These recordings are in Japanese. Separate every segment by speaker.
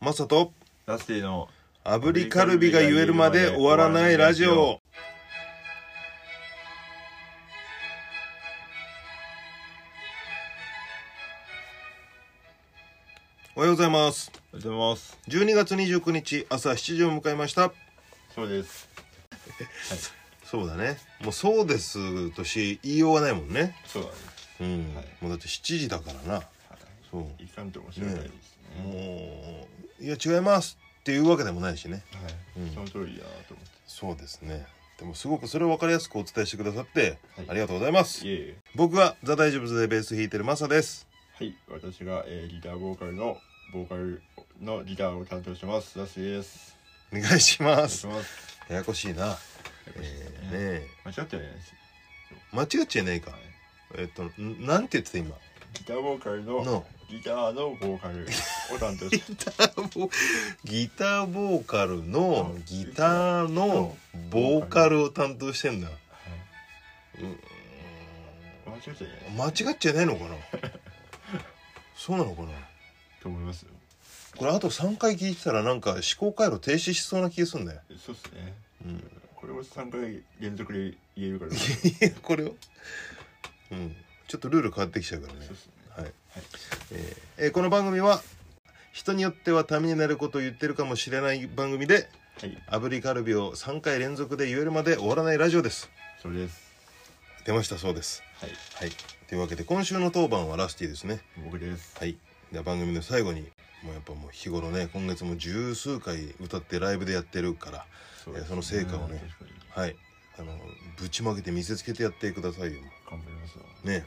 Speaker 1: マサと
Speaker 2: ラスティの
Speaker 1: 炙りカルビが言えるまで終わらないラジオおはようございます
Speaker 2: おはようございます
Speaker 1: 12月29日朝7時を迎えました
Speaker 2: そうです
Speaker 1: そうだねもうそうですとし言いようがないもんね
Speaker 2: そうだね
Speaker 1: うん、
Speaker 2: はい
Speaker 1: もうだって7時だからなそう
Speaker 2: いかんと面白いですね
Speaker 1: もういや違いますっていうわけでもないしね
Speaker 2: はい、その通りだなと思っ
Speaker 1: そうですねでもすごくそれを分かりやすくお伝えしてくださって、
Speaker 2: はい
Speaker 1: ありがとうございま
Speaker 2: て
Speaker 1: す
Speaker 2: いえいえ
Speaker 1: 僕はザ・大丈夫ズでベース弾いてるマサです
Speaker 2: はい私が、えー、ギターボーカルのボーカルのギターを担当してますラスティです
Speaker 1: お願いしま
Speaker 2: お
Speaker 1: す
Speaker 2: 願いします
Speaker 1: ややこしいな
Speaker 2: やっ
Speaker 1: え
Speaker 2: ぱしね
Speaker 1: ー、ね
Speaker 2: 間違ってはないです、
Speaker 1: え間違っちゃいないか
Speaker 2: はい、
Speaker 1: えっとんなんて言ってた今
Speaker 2: ギターボーカルの
Speaker 1: の
Speaker 2: ギターのボーカルを担当して
Speaker 1: ギターボギターボーカルのギターのボーカルを担当してんだ
Speaker 2: は
Speaker 1: う
Speaker 2: い間違ってはない
Speaker 1: ん間違っちゃいないの かなそうなのかな
Speaker 2: と思いますよ
Speaker 1: これあと3回聞いてたらなんか思考回路停止しそうな気がするんだよ、
Speaker 2: そうっすね
Speaker 1: うん、
Speaker 2: これも3回連続で言えるから
Speaker 1: いやこれをうんちょっとルール変わってきちゃうからね
Speaker 2: そうっすね
Speaker 1: はい、えーえーこの番組は人によってはためになることを言ってるかもしれない番組で
Speaker 2: はい
Speaker 1: 炙りカルビを3回連続で言えるまで終わらないラジオです
Speaker 2: それです
Speaker 1: 出ましたそうです
Speaker 2: はい
Speaker 1: はいというわけで今週の当番はラスティですね
Speaker 2: 僕です
Speaker 1: はいでは番組の最後にもうやっぱもう日頃ね今月も十数回歌ってライブでやってるから
Speaker 2: そ
Speaker 1: えーその成果をね
Speaker 2: 確かに
Speaker 1: はいあのぶちまけて見せつけてやってくださいよ
Speaker 2: 頑張りますわ
Speaker 1: ね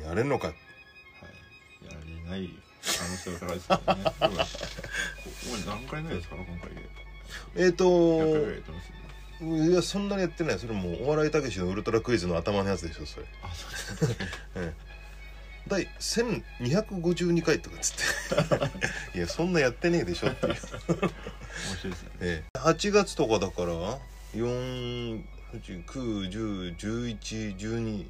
Speaker 1: えやれんのか
Speaker 2: はいやれない可能性が高いですからねでもここ何回目ですか今回で
Speaker 1: えっ、
Speaker 2: 100回ぐ
Speaker 1: と
Speaker 2: らいやってますよ ね
Speaker 1: いやそんなにやってないそれもうお笑いたけしのウルトラクイズの頭のやつでしょそれ
Speaker 2: あそうですね
Speaker 1: 第1252回とかっつって いやそんなやってねえでしょっていう、
Speaker 2: 面白いですね
Speaker 1: ええ8月とかだから491010112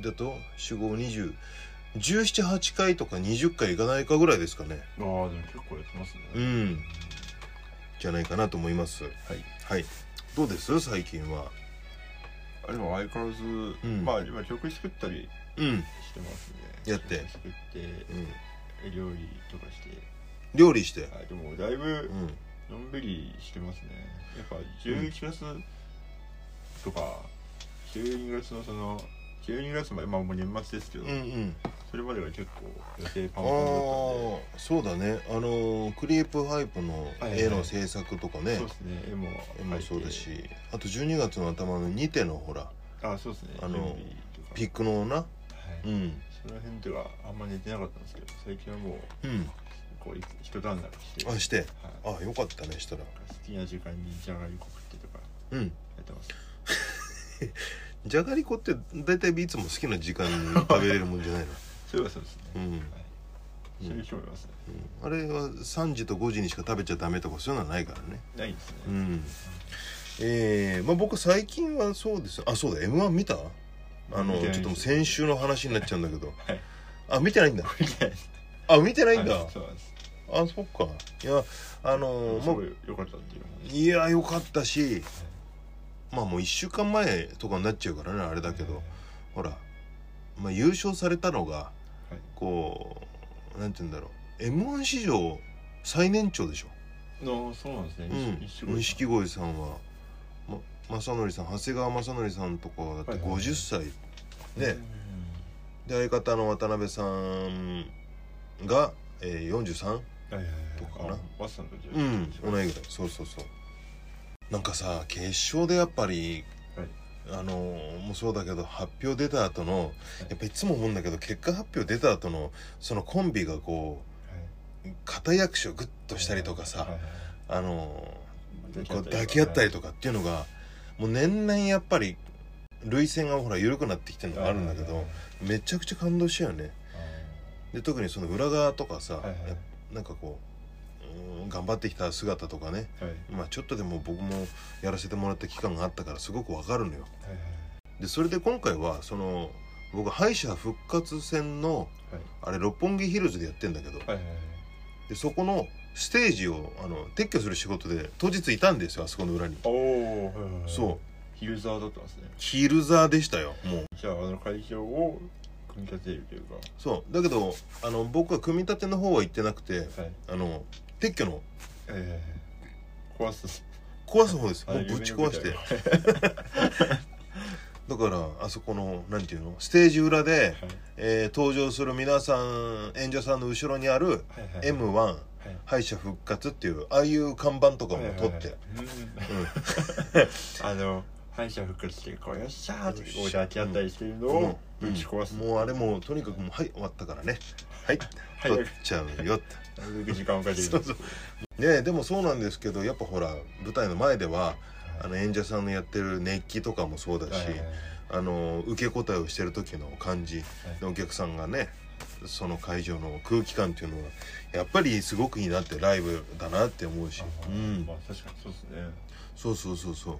Speaker 1: だと45201718回とか20回いかないかぐらいですかね
Speaker 2: ああでも結構やってますね
Speaker 1: うんじゃないかなと思います
Speaker 2: はい
Speaker 1: はいどうです最近は
Speaker 2: あでも相変わらず、
Speaker 1: ん
Speaker 2: まあ今曲作ったり
Speaker 1: うん、
Speaker 2: してますね
Speaker 1: やって
Speaker 2: 曲作って
Speaker 1: うん、
Speaker 2: 料理とかして
Speaker 1: 料理して
Speaker 2: あでもだいぶ、
Speaker 1: うん
Speaker 2: のんびりしてますねやっぱ11月とか12月のその12月までまあもう年末ですけど、
Speaker 1: うんうん
Speaker 2: それまでが結構予定
Speaker 1: あ
Speaker 2: パ
Speaker 1: あ
Speaker 2: ンパンだっ
Speaker 1: ーそうだねあのークリープハイプの
Speaker 2: はいはい
Speaker 1: 絵の制作とか
Speaker 2: たん
Speaker 1: ね
Speaker 2: で、そうですね絵も
Speaker 1: 絵もそうだし
Speaker 2: 描いて
Speaker 1: あと12月の頭の2手のほら
Speaker 2: あそうですね
Speaker 1: あの
Speaker 2: 準備とか
Speaker 1: ピックのな
Speaker 2: はい
Speaker 1: うん
Speaker 2: その辺とかあんま寝てなかったんですけど最近はもう
Speaker 1: うん
Speaker 2: こう一段落して、はい
Speaker 1: あ、してあよかったねしたら
Speaker 2: 好きな時間にじゃがりこ食ってとか
Speaker 1: うん
Speaker 2: やってます
Speaker 1: じゃがりこって大体いつも好きな時間に食べれるもんじゃないの
Speaker 2: そういえばそうですね、
Speaker 1: うん
Speaker 2: はいそういう人もいますね、
Speaker 1: あれは3時と5時にしか食べちゃダメとかそういうのはないからね
Speaker 2: ないですね、
Speaker 1: うんえー、まあ僕最近はそうですあそうだ m 1見たあのち
Speaker 2: 見てな
Speaker 1: ょ
Speaker 2: い
Speaker 1: っともう先週の話になっちゃうんだけど、
Speaker 2: はい
Speaker 1: あ見てないんだ
Speaker 2: 見てないです
Speaker 1: あ見てないんだ、
Speaker 2: はいそうなんです
Speaker 1: あそっかいやあの
Speaker 2: す
Speaker 1: ま
Speaker 2: ごい良かったっていうのもね
Speaker 1: あいやよかったしまあもう1週間前とかになっちゃうからねあれだけど、
Speaker 2: は
Speaker 1: ほら、まあ、優勝されたのが
Speaker 2: い
Speaker 1: こうなんて言うんだろう m 1史上最年長でしょ
Speaker 2: のそうなんですね
Speaker 1: うん
Speaker 2: 錦
Speaker 1: 錦鯉さんは、ま、正則さん長谷川正則さんとかだって
Speaker 2: はいはいはい
Speaker 1: 50歳、ねで相方の渡辺さんが、えー、43
Speaker 2: はいはいはい
Speaker 1: とかな
Speaker 2: あワッサンとじゃあ
Speaker 1: うん同いぐ
Speaker 2: は
Speaker 1: ら
Speaker 2: い
Speaker 1: いそうそうそうなんかさ決勝でやっぱりあのーもうそうだけど発表出た後のやっぱいつも思うんだけど結果発表出た後のそのコンビがこう肩役所グッとしたりとか
Speaker 2: はい
Speaker 1: さ
Speaker 2: はいはい
Speaker 1: あのーこう
Speaker 2: 抱
Speaker 1: 抱
Speaker 2: き
Speaker 1: き
Speaker 2: 合
Speaker 1: 合
Speaker 2: っ
Speaker 1: ったた
Speaker 2: り
Speaker 1: りとかっていうのがもう年々やっぱり涙腺がほら緩くなってきてるのがあるんだけ
Speaker 2: はい
Speaker 1: どめちゃくちゃ感動しちゃうよねで特にその裏側とかさ
Speaker 2: はいはい
Speaker 1: やっぱなんかこううーん頑張ってきた姿とかね
Speaker 2: はいはい
Speaker 1: まあちょっとでも僕もやらせてもらった期間があったからすごくわかるのよ
Speaker 2: はい
Speaker 1: でそれで今回はその僕敗者復活戦の
Speaker 2: はい
Speaker 1: あれ六本木ヒルズでやってんだけど
Speaker 2: はいはいはい
Speaker 1: でそこのステージをあの撤去する仕事で当日いたんですよあそこの裏に
Speaker 2: おおはいはいはい
Speaker 1: そう
Speaker 2: ヒルザーだったんですね
Speaker 1: ヒルザーでしたよもう
Speaker 2: じゃああの会場を組み立てるというか
Speaker 1: そうだけどあの僕は組み立ての方は行ってなくて
Speaker 2: はい
Speaker 1: あの撤去の
Speaker 2: えー、壊す
Speaker 1: 壊す方です
Speaker 2: あ
Speaker 1: もうぶち壊して
Speaker 2: 夢の
Speaker 1: だからあそこのなんていうのステージ裏で、
Speaker 2: 舞
Speaker 1: えー登場する皆さん演者さんの後ろにある
Speaker 2: 台はいはいはい
Speaker 1: M1
Speaker 2: はい
Speaker 1: 敗者復活っていうああいう看板とかも取って、
Speaker 2: はいはい はいうんあの敗者復活してこうよっしゃーってこう抱き合ったりしてるの
Speaker 1: うん
Speaker 2: をぶち壊す、
Speaker 1: うんもうあれもうとにかくもうはい終わったからねはい
Speaker 2: 早
Speaker 1: 取っ
Speaker 2: く
Speaker 1: ちゃうよって
Speaker 2: 早く時間をかける
Speaker 1: そうそうねえでもそうなんですけどやっぱほら舞台の前ではあの演者さんのやってる熱気とかもそうだし、
Speaker 2: はいはいはい
Speaker 1: あの受け答えをしてる時の感じ、でお客さんがねその会場の空気感っていうのはやっぱりすごくいいなってライブだなって思うし、
Speaker 2: あ
Speaker 1: う
Speaker 2: ー
Speaker 1: ん
Speaker 2: ま、あ確かにそうですね、
Speaker 1: そうそうそうそう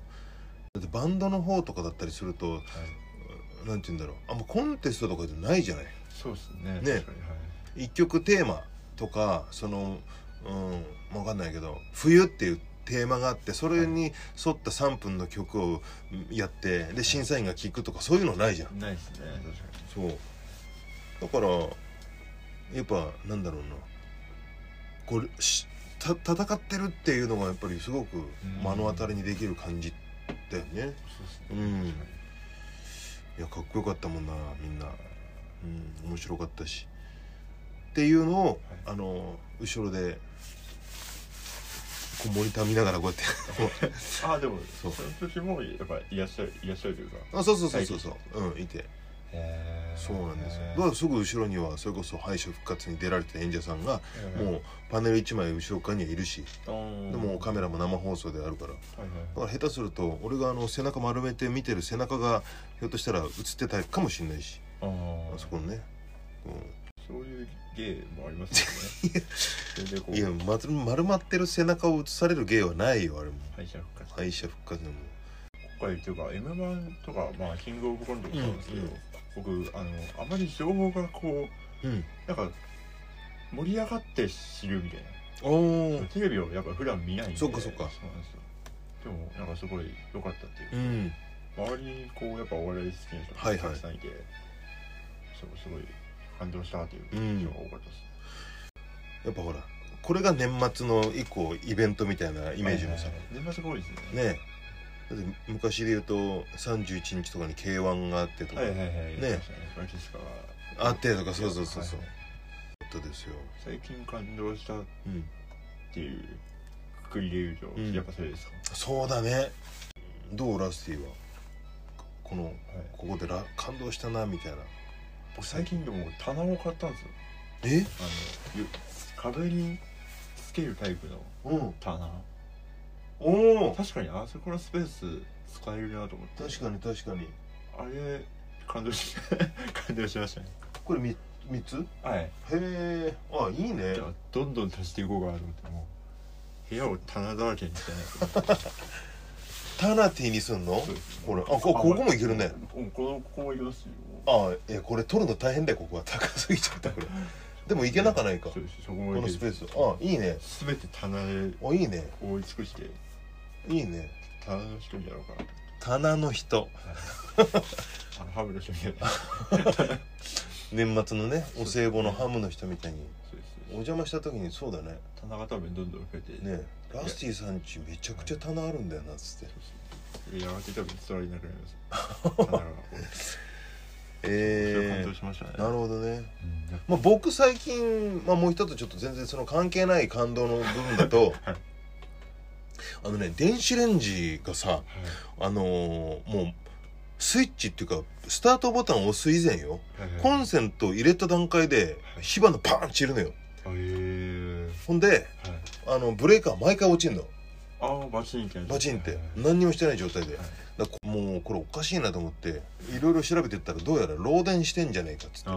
Speaker 1: だってバンドの方とかだったりすると
Speaker 2: はい、
Speaker 1: なんて言うんだろうあんまコンテストとかじゃないじゃない
Speaker 2: そうです
Speaker 1: ね
Speaker 2: ね確かにはい
Speaker 1: 一曲テーマとかそのうん分かんないけど冬っていうテーマがあってそれに沿った3分の曲をうんやってで審査員が聴くとかそういうのないじゃん
Speaker 2: ないですね確か
Speaker 1: そうだからやっぱなんだろうなこれした戦ってるっていうのがやっぱりすごく目の当たりにできる感じだよね
Speaker 2: にそうですね
Speaker 1: うんいやかっこよかったもんなみんな、うん、面白かったしっていうのを、あの後ろでこうモニター見ながらこうや って
Speaker 2: ああでも
Speaker 1: そ
Speaker 2: そうの時もやっぱいらっしゃるいらっしゃるというか
Speaker 1: あそうそうそうそうそう、うんいてそうなんですよだからすぐ後ろにはそれこそ敗者復活に出られてた演者さんがもうパネル1枚後ろ側にはいるし
Speaker 2: うん
Speaker 1: でもカメラも生放送であるからだから下手すると俺があの背中丸めて見てる背中がひょっとしたら映ってたかもしれないし
Speaker 2: ああ
Speaker 1: あそこのね、
Speaker 2: そういう芸もありますよね それでこ
Speaker 1: うん、いや
Speaker 2: う
Speaker 1: まつ丸まってる背中を映される芸はないよあれも
Speaker 2: 敗者復活
Speaker 1: 敗者復活でも
Speaker 2: 今回というか m 1とか、まあ、キングオブコントもそうなんですけど、
Speaker 1: うん
Speaker 2: 僕あのあまり情報がこ
Speaker 1: うん
Speaker 2: うなんか盛り上がって知るみたいな
Speaker 1: おお
Speaker 2: テレビをやっぱ普段見ないんで
Speaker 1: そっかそっか
Speaker 2: そうなんですよでもなんかすごい良かったっていうう、
Speaker 1: ん
Speaker 2: 周りにこうやっぱお笑い好きな人
Speaker 1: は
Speaker 2: が
Speaker 1: いはい
Speaker 2: たくさんいて、そうすごい感動したっていう
Speaker 1: うん
Speaker 2: 人が多かったです、
Speaker 1: やっぱほらこれが年末の一個イベントみたいなイメージのさ、
Speaker 2: はいはいはい年末が多いですね
Speaker 1: ねえだって昔で言うと31日とかに k 1があってとか、
Speaker 2: はいはいはい
Speaker 1: ね
Speaker 2: やってましたフランシスカが
Speaker 1: あってとかそうそうそうそう、
Speaker 2: はいはい
Speaker 1: だったですよ、
Speaker 2: 最近感動したっ
Speaker 1: うん、
Speaker 2: ていうくくりで言うと、
Speaker 1: うん
Speaker 2: やっぱそれですか、
Speaker 1: そうだねどうラスティはこの
Speaker 2: はい、
Speaker 1: ここでラ感動したなみたいな
Speaker 2: 僕最近でも棚を買ったんですよ
Speaker 1: え
Speaker 2: あのゆ壁につけるタイプの
Speaker 1: うん
Speaker 2: 棚
Speaker 1: おお
Speaker 2: 確かにあそこのスペース使えるなと思って
Speaker 1: 確かに確かに
Speaker 2: あれ感動し感動しましたね
Speaker 1: これ 3, 三つへ
Speaker 2: はい
Speaker 1: えあいいね
Speaker 2: じゃあどんどん足していこうかなと思ってもう部屋を棚だらけにしてないと思って
Speaker 1: タナティにすんの
Speaker 2: そうです
Speaker 1: ほらあこここもいけるね
Speaker 2: うんこのここもいけますよ
Speaker 1: あいやこれ取るの大変だよここは 高すぎちゃったこれでもいけなかないか
Speaker 2: そうですそこ
Speaker 1: こ
Speaker 2: もい
Speaker 1: の
Speaker 2: け
Speaker 1: スペ
Speaker 2: る
Speaker 1: ースあいいね
Speaker 2: すべて棚で
Speaker 1: あいいね
Speaker 2: 覆い尽くして
Speaker 1: いいね
Speaker 2: 棚の人にやろうかなと
Speaker 1: 棚の人
Speaker 2: あのハブの人にやろうそう
Speaker 1: 年末のねお歳暮のハムの人みたいに
Speaker 2: ですそう
Speaker 1: お
Speaker 2: です
Speaker 1: 邪魔した時にそうだね
Speaker 2: 棚が多分どんどん増えて
Speaker 1: ねラスティさんちめちゃくちゃ棚あるんだよなっつって
Speaker 2: いやがて多分座りなくなります。棚がそれ感
Speaker 1: え
Speaker 2: 動しましたね。
Speaker 1: ー、なるほどね、
Speaker 2: うんやっ
Speaker 1: まあ、僕最近、まあ、もう一つちょっと全然その関係ない感動の部分だと、
Speaker 2: はい
Speaker 1: あのね電子レンジがさあのーもうスイッチっていうかスタートボタンを押す以前よ
Speaker 2: ぱはいはい
Speaker 1: コンセントを入れた段階で火花パーン散るのよ
Speaker 2: あえ
Speaker 1: ほんで
Speaker 2: ーはい
Speaker 1: あのブレーカー毎回落ちんの
Speaker 2: あーバチンってやつ
Speaker 1: バチンって
Speaker 2: はいはい
Speaker 1: 何にもしてない状態で
Speaker 2: はい
Speaker 1: だからもうこれおかしいなと思っていろいろ調べてったらどうやら漏電してんじゃねえかっつって
Speaker 2: あー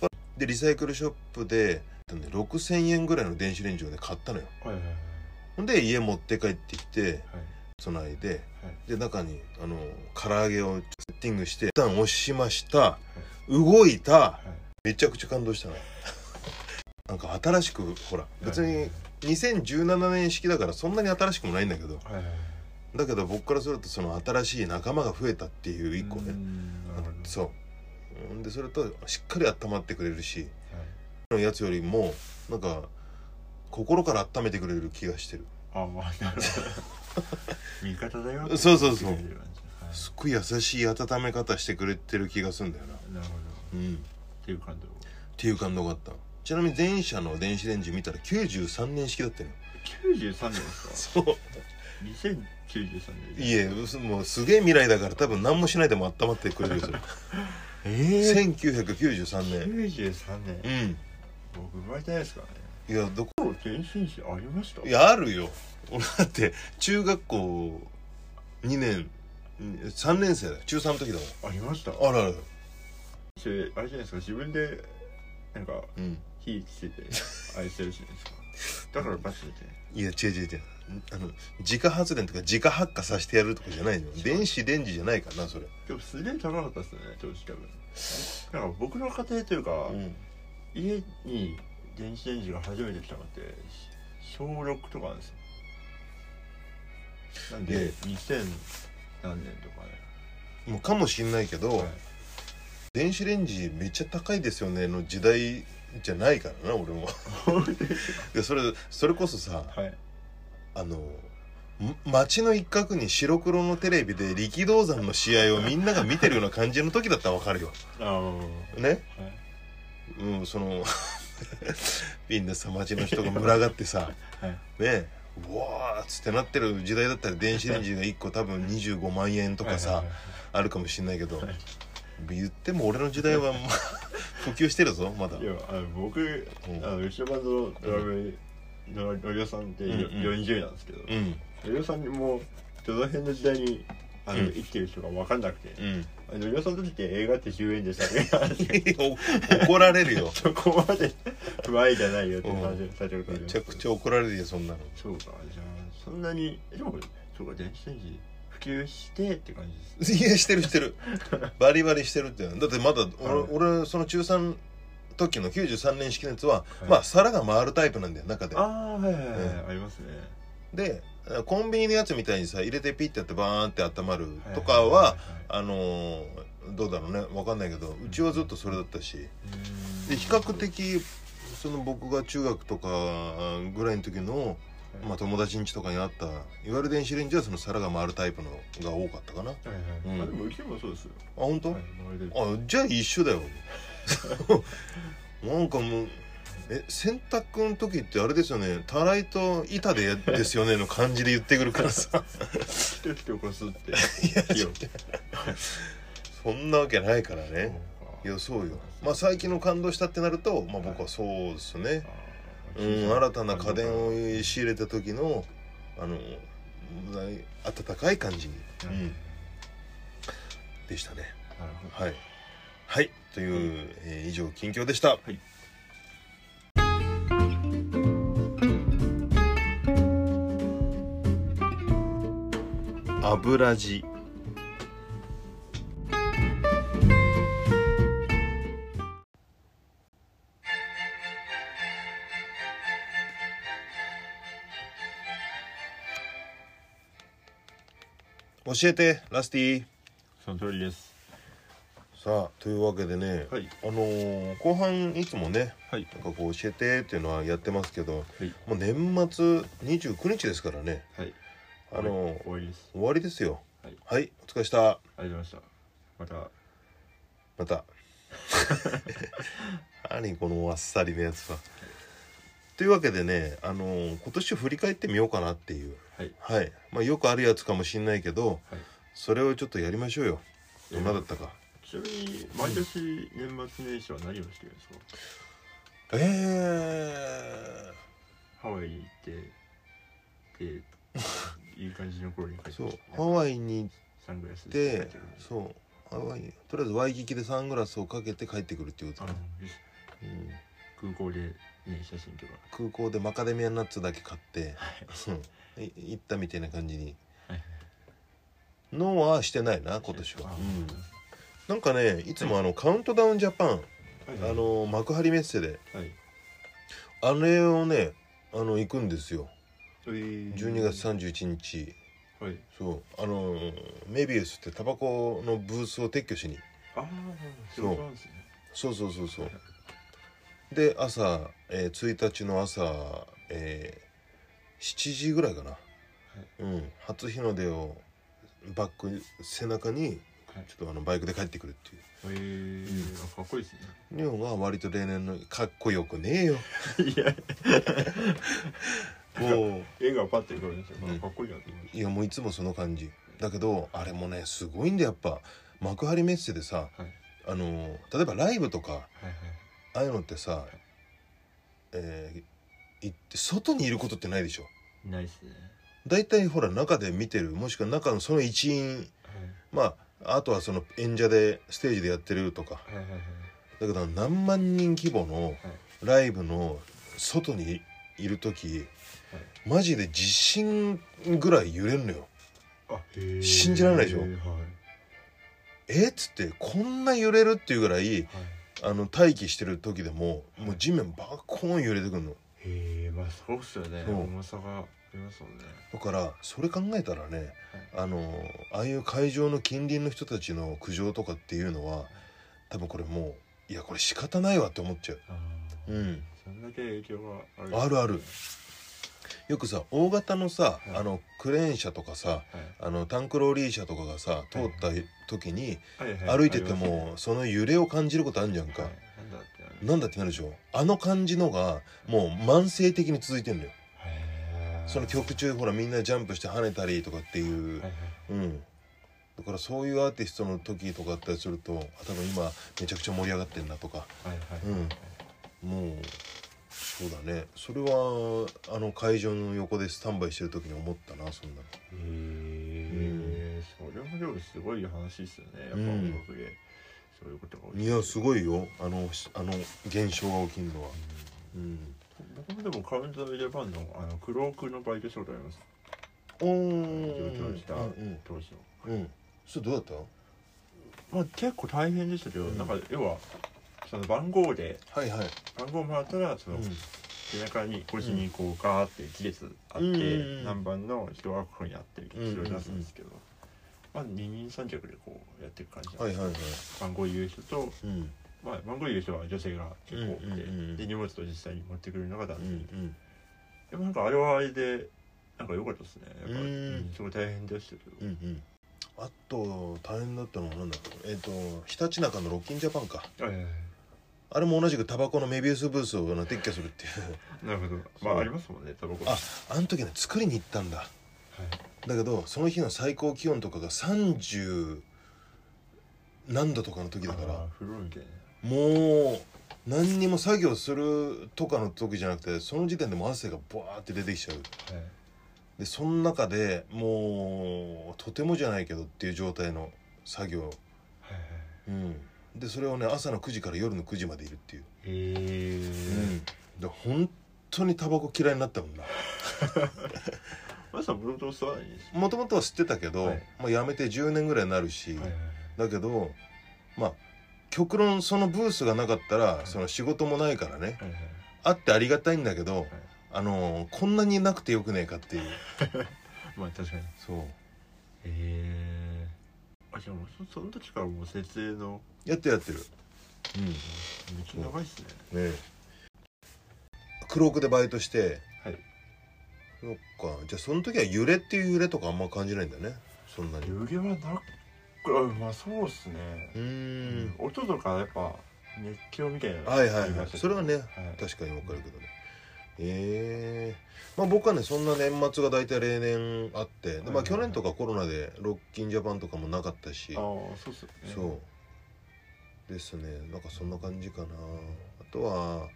Speaker 2: は
Speaker 1: でリサイクルショップででね6,000円ぐらいの電子レンジをね買ったのよ
Speaker 2: いはいはいはいはい
Speaker 1: ほんで家持って帰ってきてつないで
Speaker 2: はい
Speaker 1: で中にあの唐揚げをセッティングしてボタン押しました動いた
Speaker 2: はい
Speaker 1: めちゃくちゃ感動したのあ なんか新しくほら別に2017年式だからそんなに新しくもないんだけど
Speaker 2: はいはいはい
Speaker 1: だけど僕からするとその新しい仲間が増えたっていう一個
Speaker 2: うー
Speaker 1: ね
Speaker 2: んなるほど
Speaker 1: そううんでそれとしっかり温まってくれるし
Speaker 2: はい
Speaker 1: のやつよりもなんか心から温めてくれる気がしてる
Speaker 2: あまあなるほど味方だよ
Speaker 1: そうそうそう
Speaker 2: っていう感じ
Speaker 1: すっごい優しい温め方してくれてる気がするんだよな
Speaker 2: はいなるほど
Speaker 1: うんっ
Speaker 2: っていう感動
Speaker 1: ていう感動があったちなみに前者の電子レンジ見たら93年式だったの
Speaker 2: 93年ですか
Speaker 1: そう
Speaker 2: 2093年
Speaker 1: いえ嘘もうすげえ未来だから多分何もしないでも温まってくれる よそれ
Speaker 2: ええ
Speaker 1: 1993年
Speaker 2: 93年
Speaker 1: うん
Speaker 2: 僕生まれてないですからね
Speaker 1: いやどこ
Speaker 2: こ原神誌ありました
Speaker 1: いやあるよ俺だって中学校2年3年生だよ中3の時だも
Speaker 2: ありました
Speaker 1: んあるある
Speaker 2: それあれじゃないですか自分でなんか
Speaker 1: うん
Speaker 2: 火つけ て愛してるじゃないですかだからバツで
Speaker 1: いや違う違う違うあの自家発電とか自家発火させてやるとかじゃないの電子レンジじゃないからなそれ
Speaker 2: でもすげえ高かったですよね当時多分なんか僕の家庭というか、
Speaker 1: うん
Speaker 2: 家に電子レンジが初めて来たのってし小6とかなんですよなん
Speaker 1: え
Speaker 2: で
Speaker 1: え
Speaker 2: 2000何年とかね
Speaker 1: もうかもしんないけど、
Speaker 2: はい
Speaker 1: 電子レンジめっちゃ高いですよねの時代じゃないからな 俺もいやそれそれこそさ
Speaker 2: はい
Speaker 1: あのん街の一角に白黒のテレビで力道山の試合をみんなが見てるような感じの時だったらわかるよ
Speaker 2: あの
Speaker 1: ね
Speaker 2: はい
Speaker 1: うんその みんなさ街の人が群がってさ
Speaker 2: はい
Speaker 1: ねうわーっつってなってる時代だったら電子レンジが1個多分25万円とかさ、
Speaker 2: はいはい
Speaker 1: あるかもしんないけど、
Speaker 2: はい
Speaker 1: 言っても俺の時代 はもう普及してるぞまだ
Speaker 2: いやあの僕、
Speaker 1: ん
Speaker 2: あのうちのバンドのドラムののりおさんってよ
Speaker 1: うんうん
Speaker 2: 40なんですけど、
Speaker 1: うん
Speaker 2: のりおさんにもどの辺の時代にあの、
Speaker 1: うん
Speaker 2: 生きてる人が分かんなくて
Speaker 1: うん
Speaker 2: あののりおさんの時って映画って10円でしたね話
Speaker 1: お
Speaker 2: が
Speaker 1: 怒られるよ
Speaker 2: そこまで不愛じゃないよって話をされるこ
Speaker 1: め
Speaker 2: とになります
Speaker 1: ちゃくちゃ怒られるよそんなの
Speaker 2: そうかじゃあそんなにでもそうか電子レンジ普及してって感じです
Speaker 1: いやしてるして るバリバリしてるってだってまだ俺,、
Speaker 2: はい
Speaker 1: 俺その中3時の93年式のやつは、
Speaker 2: はい
Speaker 1: まあ皿が回るタイプなんだよ中で
Speaker 2: ああはいはいはい、
Speaker 1: う
Speaker 2: ありますね
Speaker 1: でコンビニのやつみたいにさ入れてピッてやってバーンって温まるとかは,、
Speaker 2: あ
Speaker 1: あのーどうだろうねわかんないけどうちはずっとそれだったしで比較的その僕が中学とかぐらいの時の、まあ、友達ん家とかにあったいわゆる電子レンジはその皿が回るタイプのが多かったかなあ
Speaker 2: はいはい
Speaker 1: うん
Speaker 2: あでもうちもそうですよ、
Speaker 1: 本当、
Speaker 2: はい周りで
Speaker 1: あじゃあ一緒だよ なんかもうえ洗濯の時ってあれですよねたらいと板でですよねの感じで言ってくるからさ
Speaker 2: してって起こ すって
Speaker 1: や
Speaker 2: 火を
Speaker 1: そんなわけないから
Speaker 2: そう
Speaker 1: ねい
Speaker 2: か
Speaker 1: やそうよまあ最近の感動したってなるとまあ僕はそうですね、
Speaker 2: あー
Speaker 1: うん、新たな家電を仕入れた時のあのない温かい感じに、う
Speaker 2: うん
Speaker 1: ん、でしたね
Speaker 2: なるほど
Speaker 1: はいはいという、えー以上近況でした
Speaker 2: い
Speaker 1: 油地教えてラスティ
Speaker 2: その通りです
Speaker 1: さあというわけでね、
Speaker 2: はい
Speaker 1: あのー後半いつもね
Speaker 2: はい
Speaker 1: なんかこう教えてっていうのはやってますけど
Speaker 2: はい
Speaker 1: もう年末29日ですからね
Speaker 2: はい
Speaker 1: あのー
Speaker 2: 終わりです
Speaker 1: 終わりですよ
Speaker 2: はい
Speaker 1: はいお疲れした
Speaker 2: ありがとうございましたまた
Speaker 1: また 何このあっさりのやつはというわけでね、あのー今年を振り返ってみようかなっていう
Speaker 2: はい
Speaker 1: はい、まあ、よくあるやつかもしんないけど、
Speaker 2: はい
Speaker 1: それをちょっとやりましょうよどんなだったか、
Speaker 2: ちなみに毎年年末年始は何をしてるんですか、
Speaker 1: ええ
Speaker 2: ハワイに行ってでいい感じの頃に帰って
Speaker 1: ー、そう
Speaker 2: きて
Speaker 1: ハワイに行っ
Speaker 2: サングラスして帰っててくる
Speaker 1: そうハワイとりあえずワイキキでサングラスをかけて帰ってくるっていうこ
Speaker 2: あ
Speaker 1: と、
Speaker 2: の
Speaker 1: うん、
Speaker 2: 空港でね写真とか
Speaker 1: 空港でマカデミアナッツだけ買って うんい行ったみたいな感じに
Speaker 2: はい
Speaker 1: のはしてないな今年は、
Speaker 2: あ
Speaker 1: うんなんかねいつもあのカウントダウンジャパン
Speaker 2: はい
Speaker 1: あの幕張メッセで
Speaker 2: はい
Speaker 1: あれをねあの行くんですよ12
Speaker 2: 12
Speaker 1: 月31日
Speaker 2: はい
Speaker 1: そうあのメビウスってタバコのブースを撤去しに
Speaker 2: ああそうなんですね
Speaker 1: そうそうそうそうで朝、えー1日の朝、えー7時ぐらいかな、うん、初日の出をバック背中に
Speaker 2: はい
Speaker 1: ちょっとあのバイクで帰ってくるっていう
Speaker 2: えー、あかっこいいですね
Speaker 1: 日本は割と例年のかっこよくねえよ
Speaker 2: いや
Speaker 1: も
Speaker 2: 絵がパッて浮かぶんですよ、
Speaker 1: うん
Speaker 2: かっこいいなと思いま
Speaker 1: ういやもういつもその感じだけどあれもねすごいんだやっぱ幕張メッセでさ
Speaker 2: すはい
Speaker 1: あのー例えばライブとか
Speaker 2: はい
Speaker 1: ああいうのってさ、えー行って外にいることってないでしょ
Speaker 2: はいないですね
Speaker 1: 大体ほら中で見てるもしくは中のその一員まああとはその演者でステージでやってるとか
Speaker 2: はいはいはいはい
Speaker 1: だけど何万人規模のライブの外にいる時マジで地震ぐらい揺れるのよ
Speaker 2: あへー
Speaker 1: 信じられないでしょ
Speaker 2: はいはい
Speaker 1: えっつってこんな揺れるっていうぐらいあの待機してる時でももう地面バコーン揺れてくるの
Speaker 2: へえまあそうっすよね
Speaker 1: そう
Speaker 2: 重さがありますもんね
Speaker 1: だからそれ考えたらねあのああいう会場の近隣の人たちの苦情とかっていうのは多分これもういやこれ仕方ないわって思っちゃう
Speaker 2: ああ
Speaker 1: うん
Speaker 2: そんだけ影響があるんですね
Speaker 1: あるあるよくさ大型のさ、
Speaker 2: はい
Speaker 1: あのクレーン車とかさ
Speaker 2: はい
Speaker 1: あのタンクローリー車とかがさ通った時に
Speaker 2: はいはい
Speaker 1: 歩いてて
Speaker 2: ありますね
Speaker 1: もその揺れを感じることあるじゃんか、
Speaker 2: はいなんだってある
Speaker 1: なんだってなるでしょあの感じのがもう慢性的に続いてんのよ
Speaker 2: へー
Speaker 1: その曲中ほらみんなジャンプして跳ねたりとかっていう、
Speaker 2: はいはい
Speaker 1: うんだからそういうアーティストの時とかあったりするとあ多分今めちゃくちゃ盛り上がってんなとか
Speaker 2: はいはい
Speaker 1: うん、もうそうだねそれはあの会場の横でスタンバイしてる時に思ったなそんなの
Speaker 2: へえそれもでもすごい話ですよねやっぱ
Speaker 1: うん
Speaker 2: 音楽でそういうことが起きて
Speaker 1: いやすごいよあのしあの現象が起きるのはうん
Speaker 2: 僕もでもカウントダウンジャパンのあのクロークのバイトしたことあります
Speaker 1: お
Speaker 2: 上
Speaker 1: ー
Speaker 2: 京した
Speaker 1: うん
Speaker 2: 当時
Speaker 1: う
Speaker 2: の
Speaker 1: んうんそれどうだった
Speaker 2: まあ結構大変でしたけど、
Speaker 1: うん
Speaker 2: なんか要はその番号で
Speaker 1: はいはい、
Speaker 2: 番号もらったらその背中に腰にこうガーって亀裂あって、
Speaker 1: うんうんうん
Speaker 2: 何番の人がここにあってそれを出すんですけど、まあ二人三脚でこうやっていく感じなんです、
Speaker 1: はいはいはい
Speaker 2: 番号言う人と、
Speaker 1: うん
Speaker 2: まあ、番号言う人は女性が結構多くて、
Speaker 1: うんうんうん
Speaker 2: で荷物と実際に持ってくるのが男
Speaker 1: う
Speaker 2: 性、で
Speaker 1: ん
Speaker 2: もなんかあれはあれでなんか良かったですねやっぱ、
Speaker 1: うん
Speaker 2: すごい大変でしたけど、
Speaker 1: うんうんうんあと大変だったのはなんだろうえっ、とひたちなかのロッキンジャパンか
Speaker 2: はいはいは
Speaker 1: あれも同じくタバコのメビウスブースをあの撤去するっていう
Speaker 2: いなるほどま
Speaker 1: そう
Speaker 2: あありますもんねタバコ
Speaker 1: ああの時ね作りに行ったんだ
Speaker 2: はい
Speaker 1: だけどその日の最高気温とかが30何度とかの時だか
Speaker 2: あー
Speaker 1: ら
Speaker 2: 風呂みたいな
Speaker 1: もう何にも作業するとかの時じゃなくてその時点でもう汗がブワーって出てきちゃう
Speaker 2: はい
Speaker 1: でその中でもうとてもじゃないけどっていう状態の作業
Speaker 2: はいはい
Speaker 1: うんでそれをね朝の9時から夜の9時までいるっていう、
Speaker 2: へえ
Speaker 1: で本当にタバコ嫌いになったもんな
Speaker 2: マさんブロード吸わないんです
Speaker 1: もともとは吸ってたけど、
Speaker 2: はい
Speaker 1: まあ、やめて10年ぐらいになるし、
Speaker 2: はいはい
Speaker 1: だけどまあ極論そのブースがなかったら、
Speaker 2: い
Speaker 1: その仕事もないからね
Speaker 2: はいはい
Speaker 1: あってありがたいんだけど、あのーこんなになくてよくねえかっていう
Speaker 2: まあ確かにへ
Speaker 1: そう
Speaker 2: えあじゃあもうそその時からもう設営の
Speaker 1: やってるやってるうんね
Speaker 2: めっちゃ長いっすね
Speaker 1: えクロークでバイトして
Speaker 2: はい
Speaker 1: そっかじゃあその時は揺れっていう揺れとかあんま感じないんだねそんなにう
Speaker 2: 湯気はなくあまあそうっすね
Speaker 1: ー
Speaker 2: うん音とかやっぱ熱狂みたいなのが
Speaker 1: はいはいは
Speaker 2: ありま
Speaker 1: い
Speaker 2: したけど
Speaker 1: それはね、
Speaker 2: はい
Speaker 1: 確かにわかるけどねええまあ僕はねそんな年末が大体例年あってで、まあ、去年とかコロナでロッキンジャパンとかもなかったし
Speaker 2: ああそうっすよね
Speaker 1: そうですねなんかそんな感じかなあとは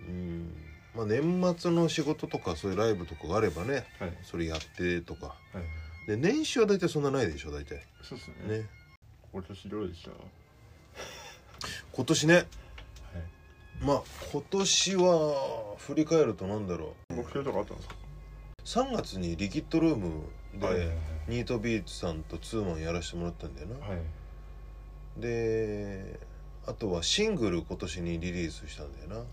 Speaker 1: うんまあ年末の仕事とかそういうライブとかがあればね
Speaker 2: はい
Speaker 1: それやってとか
Speaker 2: はい
Speaker 1: で年始は大体そんなないでしょ大体
Speaker 2: そうっすね
Speaker 1: ね
Speaker 2: 今年どうでしたは
Speaker 1: 今年ね
Speaker 2: い
Speaker 1: まあ今年は振り返るとなんだろう
Speaker 2: 目標とかあったんですか
Speaker 1: 3月にリキッドルームで、
Speaker 2: はいはい
Speaker 1: ニートビーツさんとツーマンやらせてもらったんだよな、
Speaker 2: はい
Speaker 1: であとはシングル今年にリリースしたんだよな
Speaker 2: はい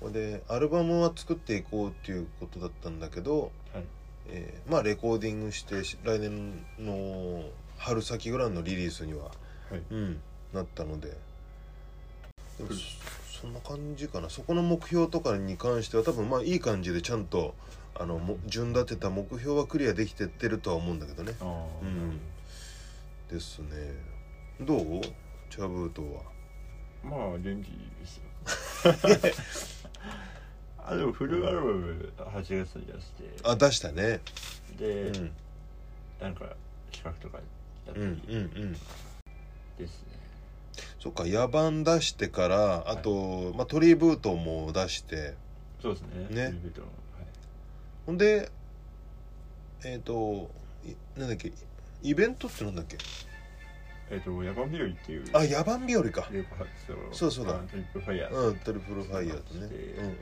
Speaker 1: ほいでアルバムは作っていこうっていうことだったんだけど、
Speaker 2: はい
Speaker 1: えーまあレコーディングしてし来年の春先ぐらいのリリースには、
Speaker 2: はい
Speaker 1: うん、なったのででも
Speaker 2: うん
Speaker 1: そそんな感じかなそこの目標とかに関しては多分まあいい感じでちゃんとあのも順立てた目標はクリアできてってるとは思うんだけどね
Speaker 2: ああ、
Speaker 1: うんですねどうチャブートは
Speaker 2: まあ元気ですよ あでもフルアルバム8月に出して
Speaker 1: あ出したねう
Speaker 2: で、
Speaker 1: ん
Speaker 2: なんか企画とかやった
Speaker 1: うんうんう
Speaker 2: り
Speaker 1: ん
Speaker 2: ですね、
Speaker 1: そっか野蛮出してからあと、まあ、トリーブートも出して
Speaker 2: そうですね
Speaker 1: ね
Speaker 2: テレビとのはい
Speaker 1: ほんでえっ、といなんだっけイベントってなんだっけ
Speaker 2: えっ、と「ヤバンビルっていう
Speaker 1: あ野蛮日和か
Speaker 2: レバーズの
Speaker 1: そうそうだ
Speaker 2: あトリップファイヤー、
Speaker 1: うんトリプルファイヤーとね
Speaker 2: 出して
Speaker 1: うんうんうん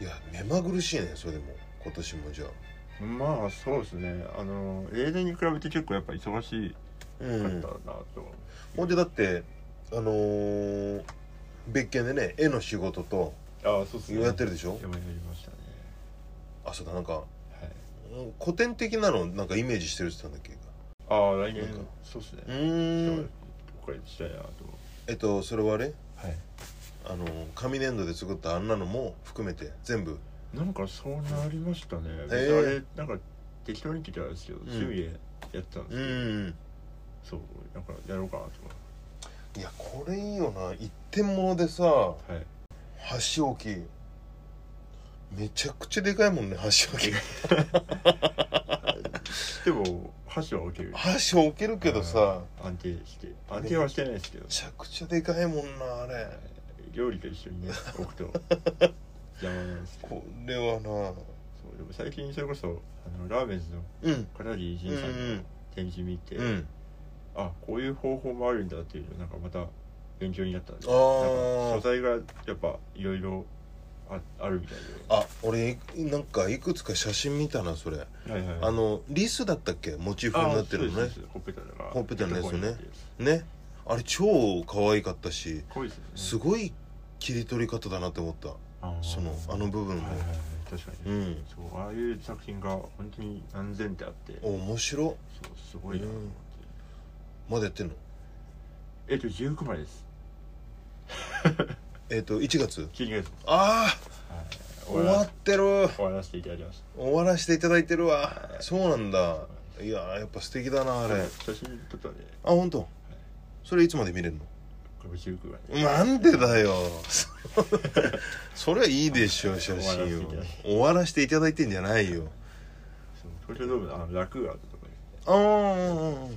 Speaker 1: いや目まぐるしいねそれでも今年もじゃあ
Speaker 2: まあそうですねあの例年に比べて結構やっぱ忙し
Speaker 1: う
Speaker 2: かった
Speaker 1: ん
Speaker 2: なと、
Speaker 1: ほんでだってあのー別件でね絵の仕事と
Speaker 2: ああそうですね
Speaker 1: やってるでしょ
Speaker 2: やばいやりましたね
Speaker 1: あそうだなんか
Speaker 2: はい
Speaker 1: うん古典的なのなんかイメージしてるって言ってたんだっ
Speaker 2: ああ来年
Speaker 1: なんか
Speaker 2: そうですね
Speaker 1: けう
Speaker 2: ちょっ
Speaker 1: ー
Speaker 2: と
Speaker 1: ん
Speaker 2: これしたいなと
Speaker 1: えっとそれはあれ
Speaker 2: はい
Speaker 1: あの紙粘土で作ったあんなのも含めて全部
Speaker 2: なんかそうなりましたね、
Speaker 1: え
Speaker 2: 別にあれなんか適当に聞いたんですけど、趣味でやったん
Speaker 1: う
Speaker 2: ですけど、
Speaker 1: ん
Speaker 2: そうなんかやろうかなと思
Speaker 1: いやこれいいよな一点物でさ
Speaker 2: ってはい
Speaker 1: 箸置きめちゃくちゃでかいもんね箸置き
Speaker 2: でも箸は置ける
Speaker 1: 箸置けるけどさ
Speaker 2: 安定して安定はしてないですけど
Speaker 1: めちゃくちゃでかいもんなあれ
Speaker 2: 料理と一 緒にね置くと邪魔なんですけど
Speaker 1: これはな
Speaker 2: そうでも最近それこそあのラーメンズの
Speaker 1: うん
Speaker 2: 片桐仁さん
Speaker 1: うんう
Speaker 2: の
Speaker 1: ん
Speaker 2: 展示見て、
Speaker 1: うん
Speaker 2: あこういう方法もあるんだっていうのなんかまた勉強になったんで
Speaker 1: あー
Speaker 2: なんか素材がやっぱいろいろああるみたい
Speaker 1: あ俺いなんかいくつか写真見たなそれ
Speaker 2: で、はいはい
Speaker 1: あのリスだったっけモチーフになってるのね
Speaker 2: ほっぺたが
Speaker 1: ほっぺたのやつね
Speaker 2: こうなってるやつ
Speaker 1: ねあれ超可愛かったし
Speaker 2: かっこいいですよね
Speaker 1: すごい切り取り方だなって思った
Speaker 2: あー
Speaker 1: そのあの部分
Speaker 2: はい
Speaker 1: も
Speaker 2: はいはい確か
Speaker 1: う
Speaker 2: に、
Speaker 1: ん
Speaker 2: そうああいう作品が本当に何千ってあってそう
Speaker 1: 面白
Speaker 2: すごいなと思って、
Speaker 1: まだやってんの
Speaker 2: えっと19までです
Speaker 1: えっ、と1月
Speaker 2: 金月
Speaker 1: あ
Speaker 2: はい
Speaker 1: あ
Speaker 2: 終
Speaker 1: 終
Speaker 2: わ
Speaker 1: わ
Speaker 2: ら
Speaker 1: ってる
Speaker 2: 終わらせていただきました
Speaker 1: 終わらせていただいてるわ
Speaker 2: はい
Speaker 1: そうなんだいやーやっぱ素敵だなあれあ
Speaker 2: 写真撮ったんで
Speaker 1: 本当それいつまで見れるの
Speaker 2: これ19まで
Speaker 1: なんでだ よそれはいいでしょう写真を終わらせていただいてんじゃないよ
Speaker 2: そう東京ドームのあの楽があったとこで
Speaker 1: ああうんうんうんうん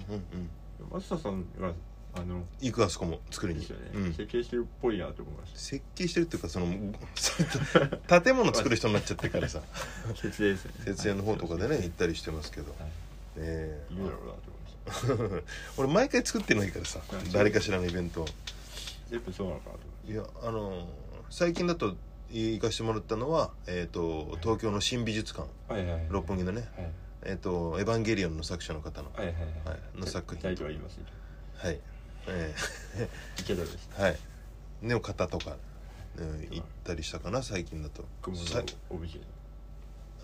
Speaker 2: 松田さんがあの
Speaker 1: 行くあそこも作り
Speaker 2: で
Speaker 1: に、
Speaker 2: すよね、
Speaker 1: うん
Speaker 2: 設計してるっぽいなと思いまし
Speaker 1: 設計してるっていうかその 建物作る人になっちゃってからさ
Speaker 2: た設営ですね
Speaker 1: 節約の方とかでね行ったりしてますけど、ね
Speaker 2: はい
Speaker 1: え
Speaker 2: いるだろうなと思いまし た
Speaker 1: 俺毎回作ってないからさ
Speaker 2: はい
Speaker 1: 誰かしらのイベント
Speaker 2: 全部そうなのかなと思いま
Speaker 1: いやあの最近だとい行かしてもらったのは、えー、と東京の新美術館
Speaker 2: したはいはいはい
Speaker 1: 六本木のね
Speaker 2: はい
Speaker 1: 「えー、とエヴァンゲリオン」の作者の方の
Speaker 2: はいはいは
Speaker 1: はいいの作品
Speaker 2: タイトルは言いますね
Speaker 1: はい、え
Speaker 2: 池田です
Speaker 1: ーはいねお方とか、うん行ったりしたかな最近だと
Speaker 2: 雲の
Speaker 1: さ
Speaker 2: 帯で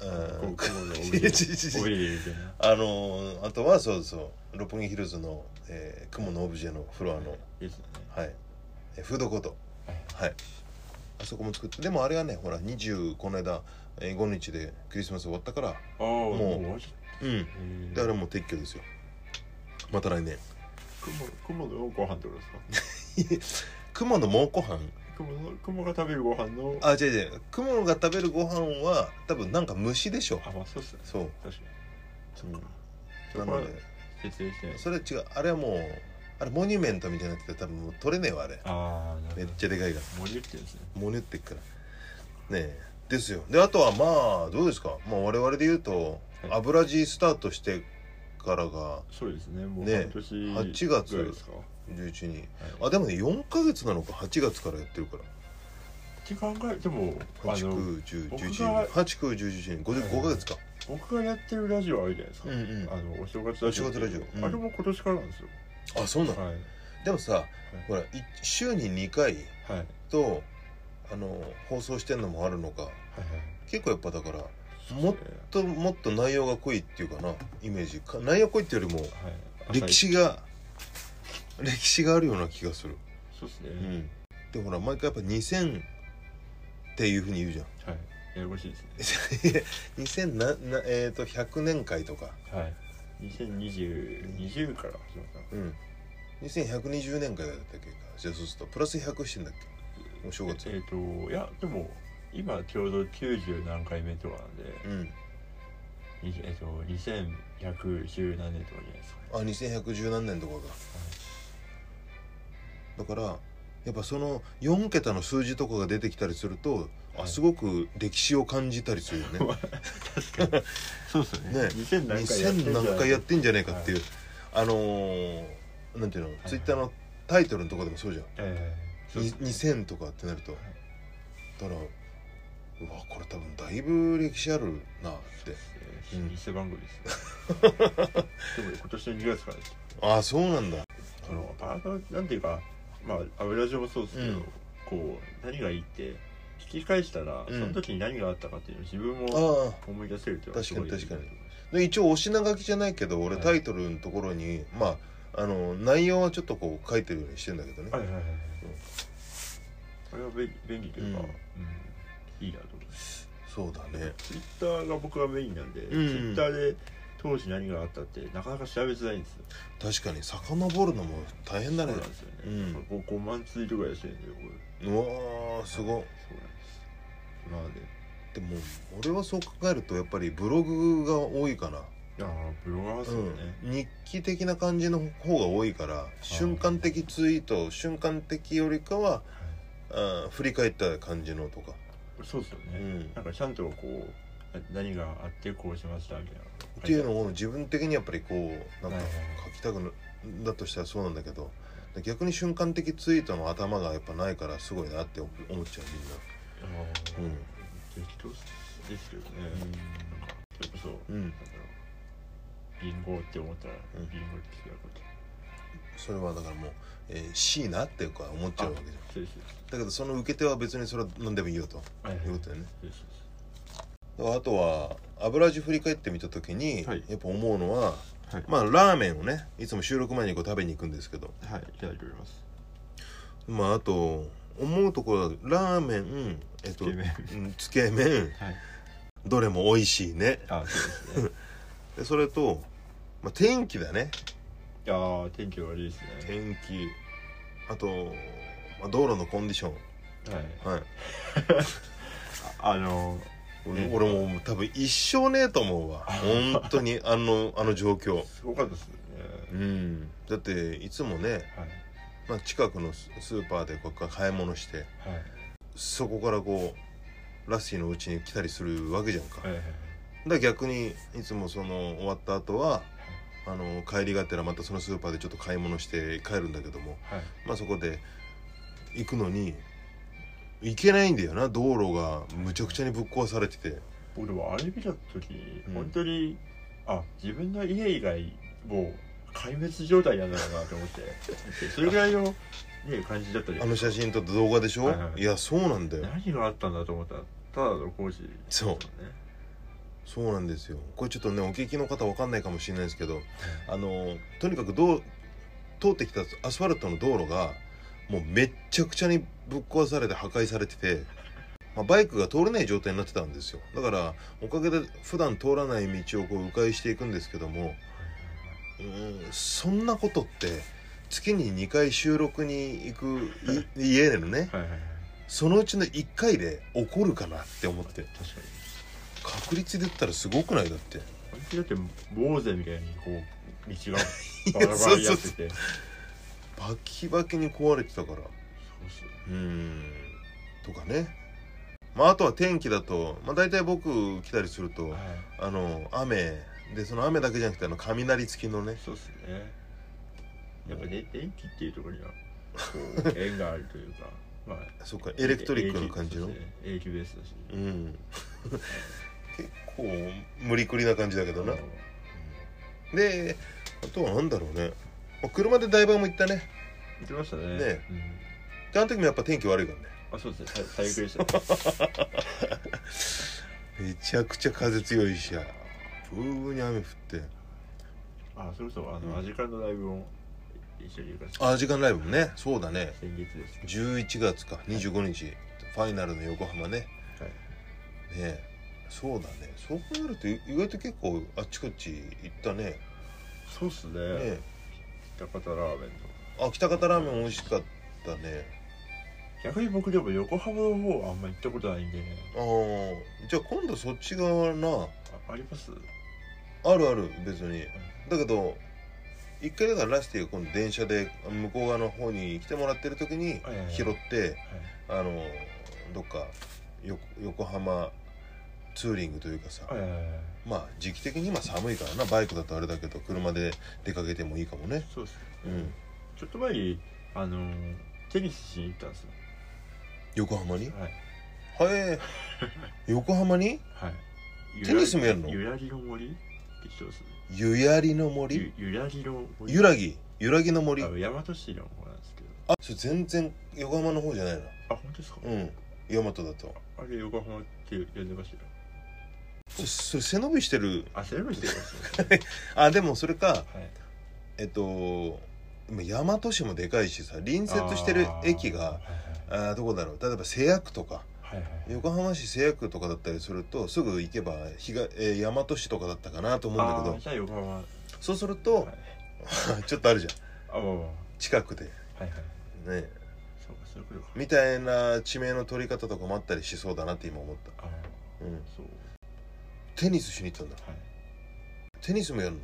Speaker 1: あー
Speaker 2: 雲の帯
Speaker 1: いや
Speaker 2: で
Speaker 1: 違う違う違う
Speaker 2: 帯でみたいな
Speaker 1: あのあとはそうそう六本木ヒルズの、えー、雲のオブジェのフロアの、
Speaker 2: ですね
Speaker 1: はい、えーフードコート
Speaker 2: はい
Speaker 1: はいあそこも作ってでもあれはねほら20この間、えー、5日でクリスマス終わったから
Speaker 2: ああもう
Speaker 1: もう
Speaker 2: 終わっちゃ
Speaker 1: う
Speaker 2: っ
Speaker 1: ん
Speaker 2: たへー
Speaker 1: であれもう撤去ですよまた来年
Speaker 2: 雲雲のご飯ってことですか
Speaker 1: 雲の猛虎飯
Speaker 2: 雲の雲が食べるご飯の
Speaker 1: あ違う違う雲が食べるご飯は多分なんか虫でしょ
Speaker 2: あまあそうっすね
Speaker 1: そう
Speaker 2: 確かに
Speaker 1: な
Speaker 2: そこは
Speaker 1: ので
Speaker 2: 設営してない
Speaker 1: それは違うあれはもうあれモニュメントみたいになってて多分もう取れねえわあれ
Speaker 2: ああな
Speaker 1: め
Speaker 2: る
Speaker 1: っ
Speaker 2: ほ
Speaker 1: ちゃでかいから
Speaker 2: ど森言ってるんですね
Speaker 1: もねってっからねえですよであとはまあどうですか、まあ、我々で言うと
Speaker 2: はい
Speaker 1: 油地スタートしてからが
Speaker 2: そうですねもう
Speaker 1: ね
Speaker 2: 半年
Speaker 1: 8月
Speaker 2: ぐらいですかは
Speaker 1: 11に
Speaker 2: い
Speaker 1: あでもね4ヶ月なのか8月からやってるから
Speaker 2: 時間がでもあの僕が
Speaker 1: 8910111 55ヶ月か
Speaker 2: 僕がやってるラジオあるじゃないですか、
Speaker 1: うんうん
Speaker 2: あのお正月ラジオ
Speaker 1: お正月ラジオうん
Speaker 2: あれも今年からなんですよ、
Speaker 1: あそうなの
Speaker 2: はい
Speaker 1: でもさほらい週に2回
Speaker 2: はい
Speaker 1: とあの放送してんのもあるのか
Speaker 2: はいはい
Speaker 1: 結構やっぱだからもっ
Speaker 2: えー
Speaker 1: ともっと内容が濃いっていうかなイメージか内容濃いっていうよりも
Speaker 2: はい、
Speaker 1: 歴史が歴史があるような気がする、
Speaker 2: そうですね、
Speaker 1: うん、でほら毎回やっぱ2000っていうふうに言うじゃん
Speaker 2: はいややこしいですね
Speaker 1: 2000なな、えー、と100年会とか、
Speaker 2: はい2020 20から始まったのか
Speaker 1: うん、2120年会だったっけかじゃあそうするとプラス100してんだっけお正月
Speaker 2: えっ、といやでも今ちょうど90何回目とかなんで、
Speaker 1: うん
Speaker 2: にえっ、と2110何年とかじゃないですか
Speaker 1: あ2110何年とかがだからやっぱその4桁の数字とかが出てきたりすると、
Speaker 2: は
Speaker 1: あ
Speaker 2: い
Speaker 1: すごく歴史を感じたりするよ ね
Speaker 2: 確かにそうですよね
Speaker 1: ね
Speaker 2: 2000何回やってんじ
Speaker 1: 2000
Speaker 2: ゃな
Speaker 1: 何回やってんじゃねえ
Speaker 2: い
Speaker 1: かっていう、あのー、なんていうの、
Speaker 2: い
Speaker 1: ツイッターのタイトルのとこでもそうじゃん
Speaker 2: ええそう
Speaker 1: に
Speaker 2: ですね
Speaker 1: 2000とかってなると、だからうわこれ多分だいぶ歴史あるなって
Speaker 2: えー偽番組です、 ねでも今年の2月からです
Speaker 1: ああそうなんだ
Speaker 2: そのバーガーなんていうかまあ油状もそうですけど、
Speaker 1: うん
Speaker 2: こう何がいいって聞き返したら、
Speaker 1: うん
Speaker 2: その時に何があったかっていうのを自分も
Speaker 1: あ
Speaker 2: 思い出せるっていうのはすごい
Speaker 1: 確かに確あで一応お品書きじゃないけど俺
Speaker 2: はい
Speaker 1: タイトルのところに、まああの内容はちょっとこう書いてるようにしてんだけどね、
Speaker 2: はいはいはいはいあれは便便利というか、
Speaker 1: うん
Speaker 2: うんいいなと思って
Speaker 1: そうだね
Speaker 2: ツイッターが僕がメインなんで、
Speaker 1: うん
Speaker 2: ツイッターで当時何があったってなかなか調べづらいんですよ
Speaker 1: 確かに遡るのも大変だね
Speaker 2: そうなんですよね、
Speaker 1: うん
Speaker 2: まあこう 5, 万ツイートぐらいしてるんで僕
Speaker 1: うわーすごい
Speaker 2: そうなんですなので
Speaker 1: でも俺はそう考えるとやっぱりブログが多いかな、
Speaker 2: いやーブロガーですよね、
Speaker 1: うん日記的な感じの方が多いから瞬間的ツイート瞬間的よりかは
Speaker 2: はい
Speaker 1: あー振り返った感じのとか、
Speaker 2: そうですよ
Speaker 1: う
Speaker 2: ね、
Speaker 1: ん、っ
Speaker 2: なんかちゃんとこうあ何があってこうしましたみたいな
Speaker 1: ていう
Speaker 2: を
Speaker 1: のを自分的にやっぱりこうなんか
Speaker 2: はいはい
Speaker 1: 書きたくなだとしたらそうなんだけど逆に瞬間的ツイートの頭がやっぱないからすごいなって思思っちゃうみんな
Speaker 2: 適当ですけどね、なんかそれこそなんだ
Speaker 1: うん、うん、
Speaker 2: ろうリンゴって思ったら
Speaker 1: う
Speaker 2: リン
Speaker 1: ん
Speaker 2: ゴって違うこと
Speaker 1: それはだからもう、えー、C なっていうか思っちゃうわけじゃん
Speaker 2: そうです
Speaker 1: だけどその受け手は別にそれは何でもいいよと
Speaker 2: はい
Speaker 1: いうことだよね
Speaker 2: そうです
Speaker 1: だからあとは油地振り返ってみた時に、
Speaker 2: はい
Speaker 1: やっぱ思うのは、
Speaker 2: はい
Speaker 1: まあラーメンをねいつも収録前にこう食べに行くんですけど
Speaker 2: はいいただいております
Speaker 1: まああと思うところはラーメンえっと
Speaker 2: つけ麺
Speaker 1: うんつけ麺
Speaker 2: はい
Speaker 1: どれも美味しいね
Speaker 2: あそうですね
Speaker 1: でそれと、まあ、天気だね
Speaker 2: いやー天気悪いですね
Speaker 1: 天気あと、まあ、道路のコンディション
Speaker 2: はい
Speaker 1: はい
Speaker 2: ああの
Speaker 1: 俺
Speaker 2: ね
Speaker 1: 俺も多分一生ねえと思うわ本当にあのあの状況
Speaker 2: すごかったですね
Speaker 1: うんだっていつもね、
Speaker 2: はい
Speaker 1: まあ、近くのススーパーでこう買い物して
Speaker 2: はい
Speaker 1: そこからこうラッシーのうちに来たりするわけじゃんか、
Speaker 2: はいは
Speaker 1: だ
Speaker 2: い
Speaker 1: から逆にいつもその終わった後はあの帰りがてらまたそのスーパーでちょっと買い物して帰るんだけども
Speaker 2: はい
Speaker 1: まあそこで行くのに行けないんだよな道路がむちゃくちゃにぶっ壊されてて
Speaker 2: 俺はあれ見た時、
Speaker 1: うん
Speaker 2: 本当にあ自分の家以外もう壊滅状態なんだろうなと思って でそれぐらいの、ね、感じだったり
Speaker 1: あの写真と動画でしょ、
Speaker 2: はい
Speaker 1: い
Speaker 2: はい
Speaker 1: やそうなんだよ
Speaker 2: 何があったんだと思ったらただの工事
Speaker 1: そう
Speaker 2: ね
Speaker 1: そうなんですよこれちょっとねお聞きの方わかんないかもしれないですけどあのとにかくどう通ってきたアスファルトの道路がもうめっちゃくちゃにぶっ壊されて破壊されてて、まあ、バイクが通れない状態になってたんですよだからおかげで普段通らない道をこう迂回していくんですけどもうーんそんなことって月に2回収録に行くい家でのね
Speaker 2: はいはいはい
Speaker 1: そのうちの1回で起こるかなって思って
Speaker 2: 確かに
Speaker 1: 確率で言ったらすごくないだって
Speaker 2: 本当にだって坊主みたいにこう道がバラバラにやっててそう
Speaker 1: バキバキに壊れてたから
Speaker 2: っすね
Speaker 1: うーんとかねまああとは天気だと、まあ、大体僕来たりすると
Speaker 2: はい
Speaker 1: あの雨でその雨だけじゃなくてあの雷付きのね
Speaker 2: そうっすねやっぱね電気っていうところにはこう縁があるというかまあ
Speaker 1: そっかエレクトリックの感じの
Speaker 2: そうですねエレキベースだし、
Speaker 1: うん 結構無理くりな感じだけどな
Speaker 2: あの
Speaker 1: であとは何だろうねまあ車で台場も行ったね
Speaker 2: 行きましたね
Speaker 1: ねであの時もやっぱ天気悪いからね
Speaker 2: あそうですねさ最悪でしたね
Speaker 1: めちゃくちゃ風強いしやブーブーに雨降って
Speaker 2: あそれこそあの、
Speaker 1: うん
Speaker 2: アジカンのライブも一緒に行かせて
Speaker 1: あ時間ライブもねそうだね
Speaker 2: 先月ですけ
Speaker 1: 11月か25日、ファイナルの横浜ね
Speaker 2: どはい
Speaker 1: ねえそうだねそう考えると意外と結構あっちこっち行ったねね
Speaker 2: そうっすね
Speaker 1: え
Speaker 2: 北方ラーメンの
Speaker 1: あ北方ラーメン美味しかったね
Speaker 2: 逆に僕でも横浜の方はあんま行ったことないんでね
Speaker 1: ああじゃあ今度そっち側な
Speaker 2: ああります
Speaker 1: あるある別にだけど一回だからラスティが今度電車で向こう側の方に来てもらってる時に
Speaker 2: はいはいはい
Speaker 1: 拾って
Speaker 2: はい
Speaker 1: あのどっかよ横浜ツーリングというかさ
Speaker 2: はいはいはいはい
Speaker 1: まあ時期的に今寒いからなバイクだとあれだけど車で出かけてもいいかもね
Speaker 2: そうっすね、
Speaker 1: うん
Speaker 2: ちょっと前にあのーテニスしに行ったんですよ
Speaker 1: 横浜に
Speaker 2: はい
Speaker 1: はえ 横浜に
Speaker 2: はい
Speaker 1: テニスもやるの
Speaker 2: ゆらぎの森って人ですね
Speaker 1: ゆやりの森
Speaker 2: ゆゆらぎの森
Speaker 1: ゆらぎゆらぎの森
Speaker 2: あの大和市の方なんですけど
Speaker 1: あそれ全然横浜の方じゃないな
Speaker 2: あ本当ですか、
Speaker 1: うん大和だと
Speaker 2: あれ横浜って呼んでましたよ
Speaker 1: そそれ背伸びしてる
Speaker 2: あセレブしてましたね
Speaker 1: あでもそれか
Speaker 2: はい
Speaker 1: えっと今大和市もでかいしさ隣接してる駅があーどこだろう例えば瀬谷区とか
Speaker 2: はいはいはいはい
Speaker 1: 横浜市瀬谷区とかだったりするとすぐ行けば東、えー大和市とかだったかなと思うんだけ
Speaker 2: あー
Speaker 1: ど
Speaker 2: じゃあ横浜はい
Speaker 1: そうすると、 ちょっとあるじゃん
Speaker 2: ああはい
Speaker 1: 近くで
Speaker 2: はい
Speaker 1: ね
Speaker 2: そうかそういうことか
Speaker 1: みたいな地名の取り方とかもあったりしそうだなって今思っ
Speaker 2: ああ
Speaker 1: た、うん、
Speaker 2: そう
Speaker 1: テニスしに行ったんだ
Speaker 2: はい
Speaker 1: テニスもやるの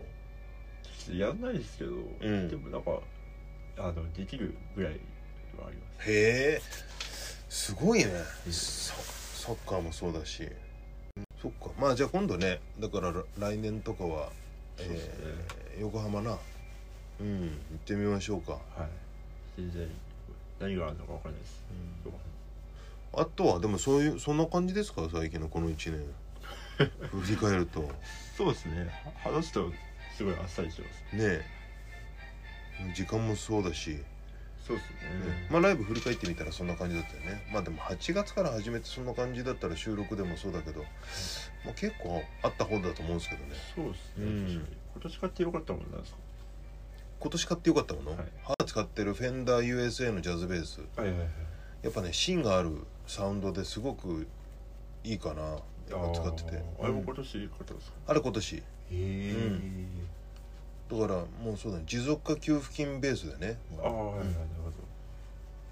Speaker 2: ちょっとやんないですけど、
Speaker 1: ん
Speaker 2: でもなんかあのできるぐらいはあります
Speaker 1: へえすごいね
Speaker 2: うん
Speaker 1: ササッカーもそうだしそっかまあじゃあ今度ねだからら来年とかは、
Speaker 2: そうですね
Speaker 1: えー横浜なうん行ってみましょうか、
Speaker 2: はい全然何があるのかわかんないです
Speaker 1: あとはでもそういうそんな感じですか最近のこの1年 振り返るとね
Speaker 2: そうですねは話すとすごいあっさりしてます
Speaker 1: え時間もそうだし、ね
Speaker 2: そうですね、
Speaker 1: まあライブ振り返ってみたらそんな感じだったよねまあでも8月から始めてそんな感じだったら収録でもそうだけど、まあ、結構あった方だと思うんですけどね
Speaker 2: そうですね、
Speaker 1: うん
Speaker 2: 確かに今年買ってよかったもんなんですか
Speaker 1: 今年買ってよかったもの、
Speaker 2: はい
Speaker 1: 母使ってるフェンダー USA のジャズベース
Speaker 2: はいはいはい
Speaker 1: やっぱね芯があるサウンドですごくいいかなやっぱ使ってて
Speaker 2: あれも
Speaker 1: うん
Speaker 2: 今年買ったんですか
Speaker 1: あれ今年
Speaker 2: へえ
Speaker 1: だからもうそうだね持続化給付金ベースでね
Speaker 2: ああはいはいなるほどへ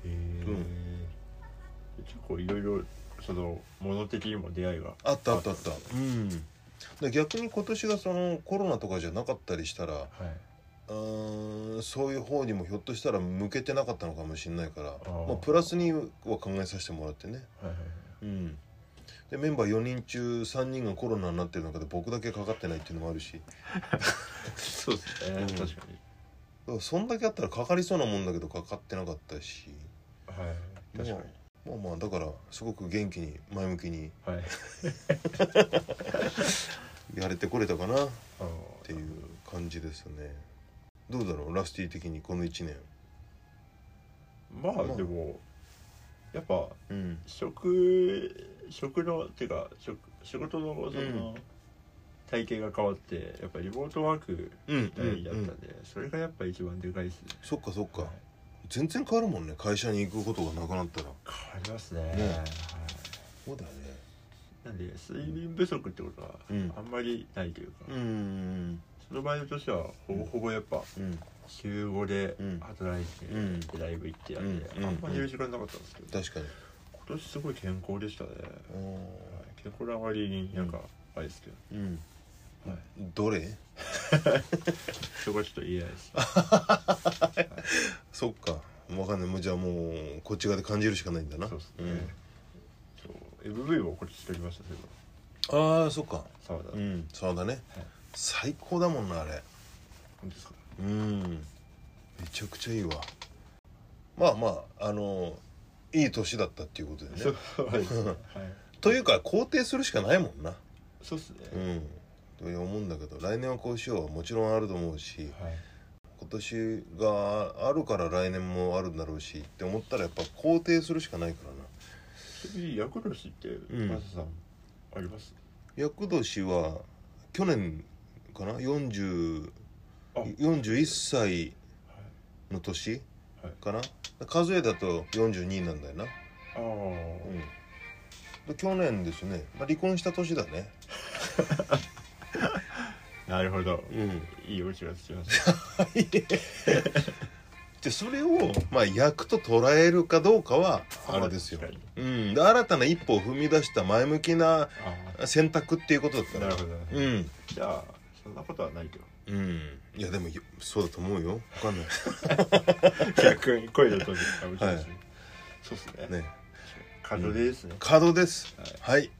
Speaker 2: え、結構いろいろその物的にも出会いが
Speaker 1: あったあったあったうんで逆に今年がそのコロナとかじゃなかったりしたら
Speaker 2: はいう
Speaker 1: ーんそういう方にもひょっとしたら向けてなかったのかもしれないから
Speaker 2: あー
Speaker 1: まあ、プラスには考えさせてもらってね
Speaker 2: はいはいはい
Speaker 1: うんでメンバー4人中3人がコロナになってる中で僕だけかかってないっていうのもあるし
Speaker 2: そうですね、
Speaker 1: うん
Speaker 2: 確かに
Speaker 1: だからそんだけあったらかかりそうなもんだけどかかってなかったし
Speaker 2: はい確かに
Speaker 1: まあまあだからすごく元気に前向きに
Speaker 2: はい
Speaker 1: やれてこれたかなっ
Speaker 2: あの
Speaker 1: ていう感じですねどうだろうラスティ的にこの1年
Speaker 2: まあ
Speaker 1: まあ
Speaker 2: でもやっぱ
Speaker 1: うん
Speaker 2: 食食のっていうか食仕事のその、体型が変わってやっぱリモートワーク
Speaker 1: うん
Speaker 2: みたいになったんで、それがやっぱ一番でかいですね
Speaker 1: そっかそっか
Speaker 2: はい
Speaker 1: 全然変わるもんね会社に行くことがなくなったら
Speaker 2: 変わりますね
Speaker 1: ね
Speaker 2: はい
Speaker 1: そうだね
Speaker 2: なんで睡眠不足ってことは
Speaker 1: うん
Speaker 2: あんまりないというか、
Speaker 1: うん
Speaker 2: その場合の年はほぼほぼやっぱ
Speaker 1: うん
Speaker 2: 週5で
Speaker 1: うん
Speaker 2: 働いて、
Speaker 1: うん
Speaker 2: ライブ行ってやって、
Speaker 1: うん
Speaker 2: あんまりやる時間なかったんですけど、
Speaker 1: 確かに
Speaker 2: 今年すごい健康でしたね健康な割になんかあれですけど、
Speaker 1: うん
Speaker 2: はい、
Speaker 1: どれ
Speaker 2: そこはちょっと言えないです
Speaker 1: そっかわかんないもうじゃあもうこっち側で感じるしかないんだな
Speaker 2: そうですね、そう MV もこれ撮りましたけど
Speaker 1: うんああそっか
Speaker 2: 澤田、
Speaker 1: う
Speaker 2: 本
Speaker 1: んそうだね
Speaker 2: はい
Speaker 1: 最高だもんなあれ
Speaker 2: 当ですか
Speaker 1: うんめちゃくちゃいいわまあまああのいい年だったっていうことで
Speaker 2: そう
Speaker 1: ね
Speaker 2: はい、はい、
Speaker 1: というか肯定するしかないもんな
Speaker 2: そうっすね、
Speaker 1: うんと思うんだけど来年はこうしようはもちろんあると思うし
Speaker 2: はい
Speaker 1: 今年があるから来年もあるんだろうしって思ったらやっぱ肯定するしかないから
Speaker 2: ちなみに厄年って
Speaker 1: ん
Speaker 2: マサさんあります
Speaker 1: 厄年は去年かな40
Speaker 2: あ
Speaker 1: 41歳
Speaker 2: はい
Speaker 1: の年
Speaker 2: はい
Speaker 1: かな、数えだと42なんだよな、
Speaker 2: ああ、
Speaker 1: うんで去年ですね、まあ、離婚した年だね
Speaker 2: なるほど
Speaker 1: うん
Speaker 2: いいお知らせしま した
Speaker 1: じ ゃあそれをまあ役と捉えるかどうかはあれですよ
Speaker 2: 確か
Speaker 1: う
Speaker 2: に
Speaker 1: ん、で新たな一歩を踏み出した前向きな
Speaker 2: あ
Speaker 1: 選択っていうことだっ
Speaker 2: あ
Speaker 1: た
Speaker 2: な
Speaker 1: ら
Speaker 2: るほど、ね
Speaker 1: うん
Speaker 2: じゃあそんなことはないけど
Speaker 1: うんいやでもよそうだと思うよ分かんない
Speaker 2: 逆に声で飛んでたお知らせ、
Speaker 1: はい
Speaker 2: そうですね
Speaker 1: ね
Speaker 2: 風でですね、
Speaker 1: 稼働です
Speaker 2: はい
Speaker 1: はい、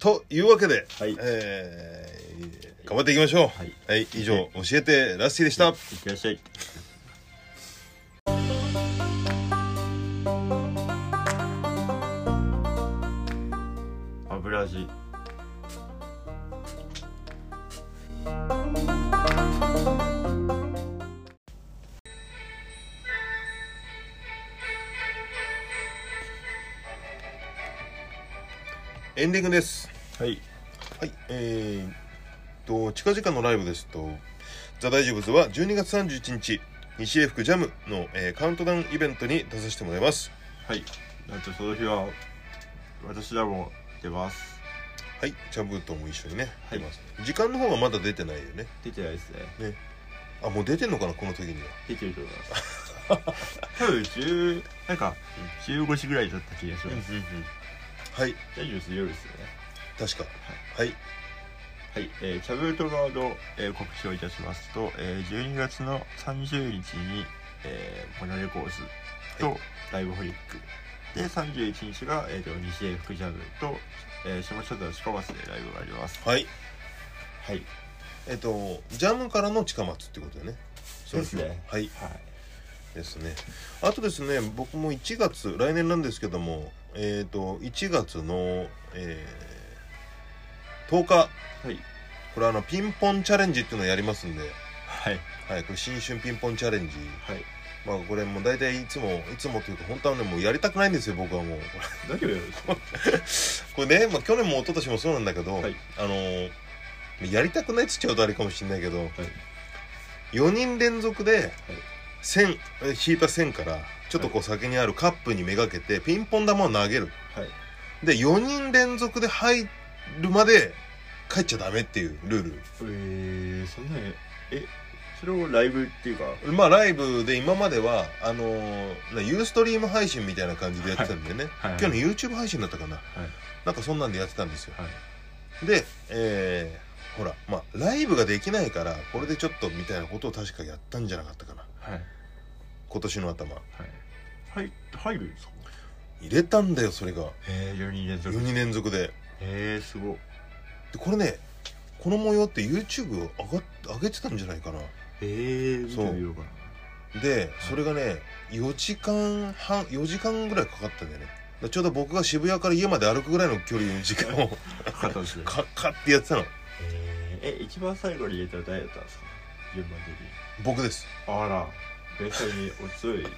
Speaker 1: というわけで、
Speaker 2: はい
Speaker 1: えー頑張っていきましょうは
Speaker 2: はいい、
Speaker 1: 以上教えてラッシーでした、
Speaker 2: いってらっしゃい油味
Speaker 1: エンディングです
Speaker 2: はい
Speaker 1: はいえー、っと近々のライブですと「ザ・大丈夫ズ」は12月31日西英福ジャムの、えーカウントダウンイベントに出させてもらいます
Speaker 2: はいなんとその日は私らも出ます
Speaker 1: はいチャブとも一緒にね、
Speaker 2: はい
Speaker 1: 出ます時間の方がまだ出てないよね
Speaker 2: 出てないですね
Speaker 1: あもう出てんのかなこの時には
Speaker 2: 出てると思います 多分10なんか15時ぐらいだった気がします、
Speaker 1: はい
Speaker 2: 大丈夫です夜ですよね
Speaker 1: 確かはい
Speaker 2: はい、えー、キャブートガード、えー告知をいたしますと、えー、12月の30日に、えー、モノレコーズ
Speaker 1: は
Speaker 2: とライブホリック、で31日が、えー、と西英福ジャムと、えー、下北沢近松でライブがあります
Speaker 1: はい
Speaker 2: はいはい
Speaker 1: えっとジャムからの近松ってことだよねそう
Speaker 2: ですね
Speaker 1: はいですねあとですね僕も1月来年なんですけどもえっ、と1月の、えー10日
Speaker 2: はい
Speaker 1: これあのピンポンチャレンジっていうのをやりますんで、
Speaker 2: はい
Speaker 1: はい、これ新春ピンポンチャレンジ
Speaker 2: はい
Speaker 1: まあこれもう大体いつもいつもというか本当はねもうやりたくないんですよ僕はもう
Speaker 2: 大丈夫ですか
Speaker 1: これね、まあ、去年も一昨年もそうなんだけど、
Speaker 2: はい
Speaker 1: あのーやりたくないっつっちゃうとあれかもしれないけど
Speaker 2: はい
Speaker 1: 4人連続で線え引いた線からちょっとこう先にあるカップにめがけてピンポン玉を投げる
Speaker 2: はい
Speaker 1: で4人連続で入るまで帰っちゃダメっていうルー
Speaker 2: えー、そんなにえそれをライブっていうかは
Speaker 1: ルまあライブで今まではあのーなユーストリーム配信みたいな感じでやってたんでね、
Speaker 2: はいはい
Speaker 1: 今日の YouTube 配信だったかな、
Speaker 2: い
Speaker 1: なんかそんなんでやってたんですよ
Speaker 2: はい
Speaker 1: で、えーほら、まあ、ライブができないから、これでちょっとみたいなことを確かやったんじゃなかったかな。
Speaker 2: はい
Speaker 1: 今年の頭。
Speaker 2: はいはい入るんですか
Speaker 1: 入れたんだよ、それ が。
Speaker 2: えー、4人連続
Speaker 1: 4人連続で。
Speaker 2: えー、すごい
Speaker 1: で、これね、この模様って YouTube を上が上げてたんじゃないかな。
Speaker 2: ええ見
Speaker 1: そう
Speaker 2: てみようかな
Speaker 1: で、それがね、4時間半、4時間ぐらいかかったんだよね。だちょうど僕が渋谷から家まで歩くぐらいの距離の時間を
Speaker 2: かったですね
Speaker 1: かっかってやってたの。
Speaker 2: えー、え一番最後に入れたら誰だったんですか順番的に
Speaker 1: 僕です。
Speaker 2: あら別にお強いですね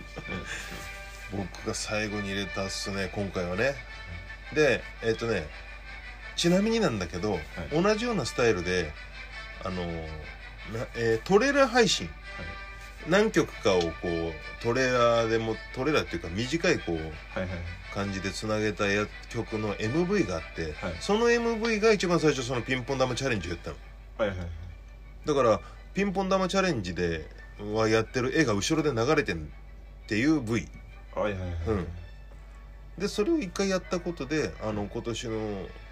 Speaker 1: 僕が最後に入れたっすね今回はねでえっ、とねちなみになんだけど、同じようなスタイルであのーなえートレーラー配信何曲かをこうトレーラーでもトレーラーっていうか短いこう
Speaker 2: はいはいはい
Speaker 1: 感じでつなげたや曲の MV があって、
Speaker 2: はい
Speaker 1: その MV が一番最初そのピンポン玉チャレンジをやったの
Speaker 2: はいはいはい
Speaker 1: だからピンポン玉チャレンジではやってる絵が後ろで流れてんっていう V
Speaker 2: はいはいはいはい
Speaker 1: うんでそれを一回やったことであの今年の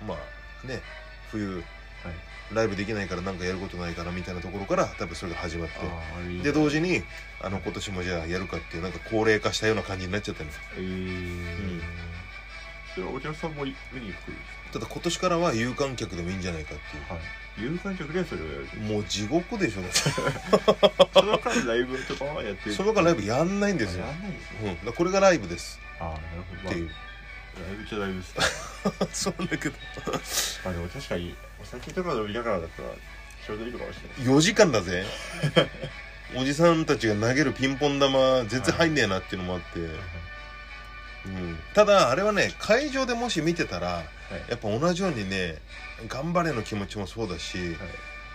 Speaker 1: まあね冬
Speaker 2: はい
Speaker 1: ライブできないからなんかやることないかなみたいなところから多分それが始まっ
Speaker 2: あーあれいい
Speaker 1: て
Speaker 2: な
Speaker 1: で同時にあの今年もじゃあやるかっていうなんか高齢化したような感じになっちゃったね
Speaker 2: えー
Speaker 1: うん
Speaker 2: それはお客さんもい見に来るんです
Speaker 1: ただ今年からは有観客でもいいんじゃないかって
Speaker 2: かはい有観客でそれをやる
Speaker 1: いうもう地獄でしょだ っ
Speaker 2: その間ライブとかはやって
Speaker 1: て
Speaker 2: る
Speaker 1: その間ライブやんないんですよ
Speaker 2: あやんないんです
Speaker 1: う
Speaker 2: ね
Speaker 1: ん、だからこれがライブです
Speaker 2: ああなるほど、ま
Speaker 1: っ
Speaker 2: あ
Speaker 1: ていう、
Speaker 2: ライブっちゃライブです
Speaker 1: そうなんだけど
Speaker 2: まあでも確かにお酒とか飲みながらだったらちょうどいいのかもしれない
Speaker 1: 4時間だ ぜおじさんたちが投げるピンポン玉全然入んねえなっていうのもあって、
Speaker 2: はい
Speaker 1: うん、ただあれはね会場でもし見てたらやっぱ同じようにね頑張れの気持ちもそうだし、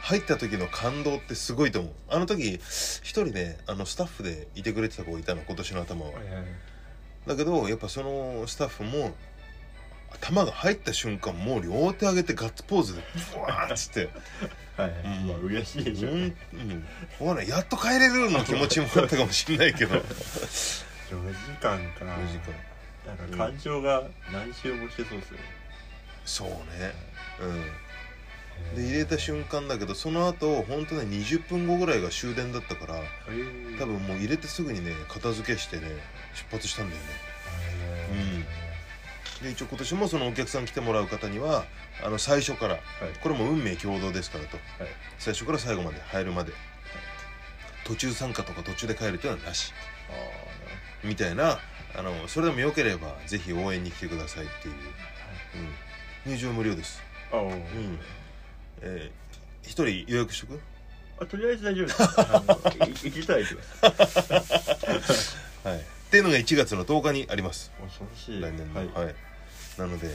Speaker 1: 入った時の感動ってすごいと思うあの時一人ねあのスタッフでいてくれてた子がいたの今年の頭は、
Speaker 2: はいはいはい
Speaker 1: だけどやっぱそのスタッフも頭が入った瞬間もう両手上げてガッツポーズでブワーッつ って
Speaker 2: はい
Speaker 1: うん
Speaker 2: まあ嬉しいでしょうね
Speaker 1: うん、ほらやっと帰れるの気持ちもあったかもしれないけど4
Speaker 2: 4時間
Speaker 1: 時
Speaker 2: か
Speaker 1: 間
Speaker 2: なんか感情が何周もしてそうですよね
Speaker 1: そうねうんで入れた瞬間だけどその後本当ね20分後ぐらいが終電だったから
Speaker 2: えー
Speaker 1: 多分もう入れてすぐにね片付けしてね出発したんだよね
Speaker 2: え
Speaker 1: で一応今年もそのお客さん来てもらう方にはあの最初から、これも運命共同ですからと、
Speaker 2: はい
Speaker 1: 最初から最後まで入るまで、途中参加とか途中で帰るというのはなし
Speaker 2: ーあーなる
Speaker 1: みたいなあのそれでもよければぜひ応援に来てくださいっていう、うん入場無料です、
Speaker 2: ほどあー
Speaker 1: うんえー一人予約しとく
Speaker 2: あとりあえず大丈 夫ですあのい行きたい行きます
Speaker 1: はいっていうのが1月の10日にあります
Speaker 2: 恐ろしい
Speaker 1: 来年の
Speaker 2: は
Speaker 1: はいい、
Speaker 2: 頑張
Speaker 1: な
Speaker 2: って
Speaker 1: ので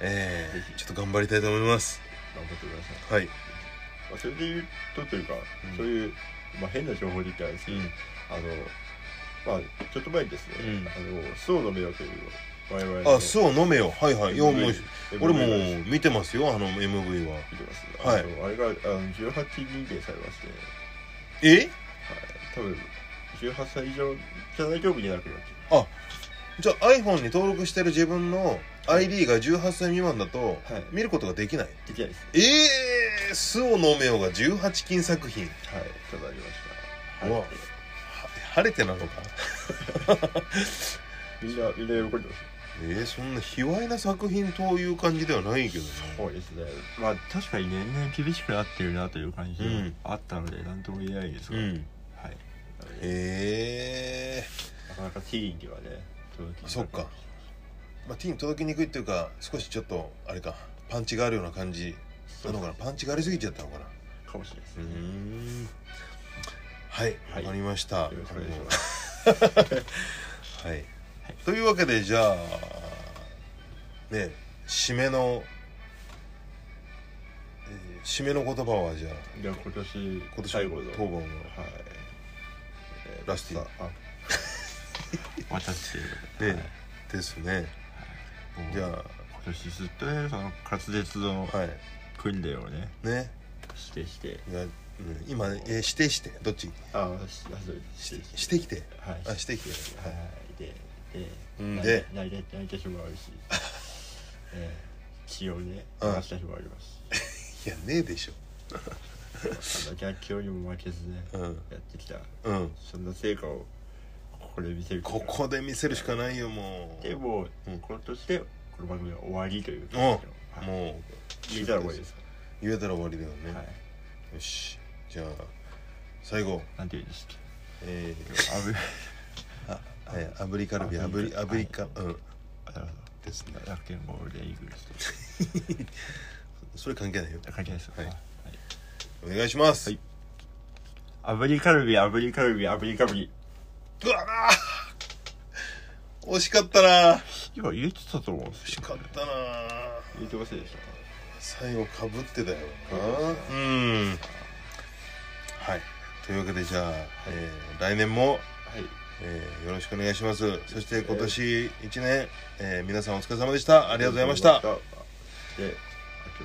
Speaker 1: え
Speaker 2: ぜ
Speaker 1: ー
Speaker 2: ひ
Speaker 1: ちょっと頑張りたいと思います
Speaker 2: くださ
Speaker 1: は
Speaker 2: い
Speaker 1: い、
Speaker 2: まあそれで言うとというか、
Speaker 1: うん
Speaker 2: そういう、まあ、変な情報で言ったらですけど、あのまあちょっと前にですね、
Speaker 1: うん
Speaker 2: あのそうの迷惑を我々の
Speaker 1: あそう飲めよはいはいいやもう
Speaker 2: MV
Speaker 1: 俺
Speaker 2: が見
Speaker 1: も見てますよあの MV は
Speaker 2: てます
Speaker 1: はい
Speaker 2: あのあれがあの18認定されまして、はい、
Speaker 1: え
Speaker 2: 多分18歳以上じゃないと見れなくなっち
Speaker 1: じゃあ iPhone に登録してる自分の ID が18歳未満だと
Speaker 2: ゃうはい
Speaker 1: 見ることができない
Speaker 2: できないです
Speaker 1: ええー、スオノメオが18金作品
Speaker 2: はいちょっとありました
Speaker 1: うわ
Speaker 2: はい
Speaker 1: は晴れてなのか
Speaker 2: みんなみんな喜んでます
Speaker 1: えー、そんな卑猥な作品という感じではないけどね
Speaker 2: そうですねまあ確かに年々厳しくなってるなという感じが
Speaker 1: うん
Speaker 2: あったので何とも言えないです
Speaker 1: う
Speaker 2: が、
Speaker 1: ん
Speaker 2: はい
Speaker 1: え
Speaker 2: なかなかティーンにはね届き
Speaker 1: え
Speaker 2: にくい
Speaker 1: そっかまあティーに届きにくいっていうか少しちょっとあれかパンチがあるような感じ
Speaker 2: そ
Speaker 1: なの
Speaker 2: う
Speaker 1: かなパンチがありすぎちゃったのかな
Speaker 2: かもしれないです
Speaker 1: うー
Speaker 2: ね、
Speaker 1: んはい
Speaker 2: は
Speaker 1: わ
Speaker 2: い
Speaker 1: かりました、
Speaker 2: よろしくお願いします
Speaker 1: はい、というわけでじゃあね締めの、えー締めの言葉はじゃあ
Speaker 2: じゃあ今年
Speaker 1: 今年
Speaker 2: 最後の
Speaker 1: 当番は
Speaker 2: はいえ
Speaker 1: ラスティ
Speaker 2: さあ私
Speaker 1: ね
Speaker 2: はい
Speaker 1: ですね
Speaker 2: もう
Speaker 1: じゃ
Speaker 2: 今年ずっとねその滑舌の
Speaker 1: あはい
Speaker 2: 訓練をね
Speaker 1: ね
Speaker 2: してして
Speaker 1: いやうん今、ねえー指定してどっち
Speaker 2: あしあそうで
Speaker 1: し
Speaker 2: すしてて
Speaker 1: してきて
Speaker 2: はい
Speaker 1: あしてきて
Speaker 2: は
Speaker 1: はい
Speaker 2: いで
Speaker 1: うん
Speaker 2: で
Speaker 1: で
Speaker 2: 泣いて泣いた日もあ るしえー血をね流
Speaker 1: うん
Speaker 2: した日もあります
Speaker 1: いやねえでしょ
Speaker 2: あの逆境にも負けずね
Speaker 1: うん
Speaker 2: やってきた
Speaker 1: うん
Speaker 2: そんな成果をここで見せる
Speaker 1: ここで見せるしかないよもう
Speaker 2: でも
Speaker 1: う
Speaker 2: うんこの年でこの番組は終わりという
Speaker 1: お
Speaker 2: はい
Speaker 1: も
Speaker 2: 言えたら終わりですか
Speaker 1: う言えたら終わりだよね、
Speaker 2: らはい
Speaker 1: よしじゃあ最後
Speaker 2: なんて言うんですっ
Speaker 1: えー
Speaker 2: けあぶ
Speaker 1: あはい、炙りカルビ
Speaker 2: 炙
Speaker 1: 炙り
Speaker 2: り
Speaker 1: 炙りか、 うん
Speaker 2: あなるほ
Speaker 1: ですね
Speaker 2: ど楽天ゴールデンイーグルスと
Speaker 1: それ関係ないよ
Speaker 2: 関係ないですよ
Speaker 1: はい
Speaker 2: はい
Speaker 1: お願いします、
Speaker 2: はい炙りカルビ炙りカルビ炙りカルビ
Speaker 1: うわあ惜しかったな惜
Speaker 2: 今言えてたと思うんです
Speaker 1: し
Speaker 2: よ
Speaker 1: かったな
Speaker 2: 言えてませんでしたか
Speaker 1: 最後かぶってたよ
Speaker 2: そう
Speaker 1: なうんはいというわけでじゃあ、えー来年も、
Speaker 2: はい
Speaker 1: えーよろしくお願いしますそして今年1年、えー皆さんお疲れ様でしたありがとうございました
Speaker 2: で明け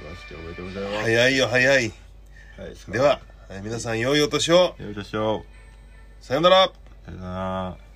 Speaker 2: ましておめでとうございます
Speaker 1: 早いよ早い
Speaker 2: はい
Speaker 1: では、えー皆さん良いお年を
Speaker 2: よいしょ
Speaker 1: さよなら
Speaker 2: さよなら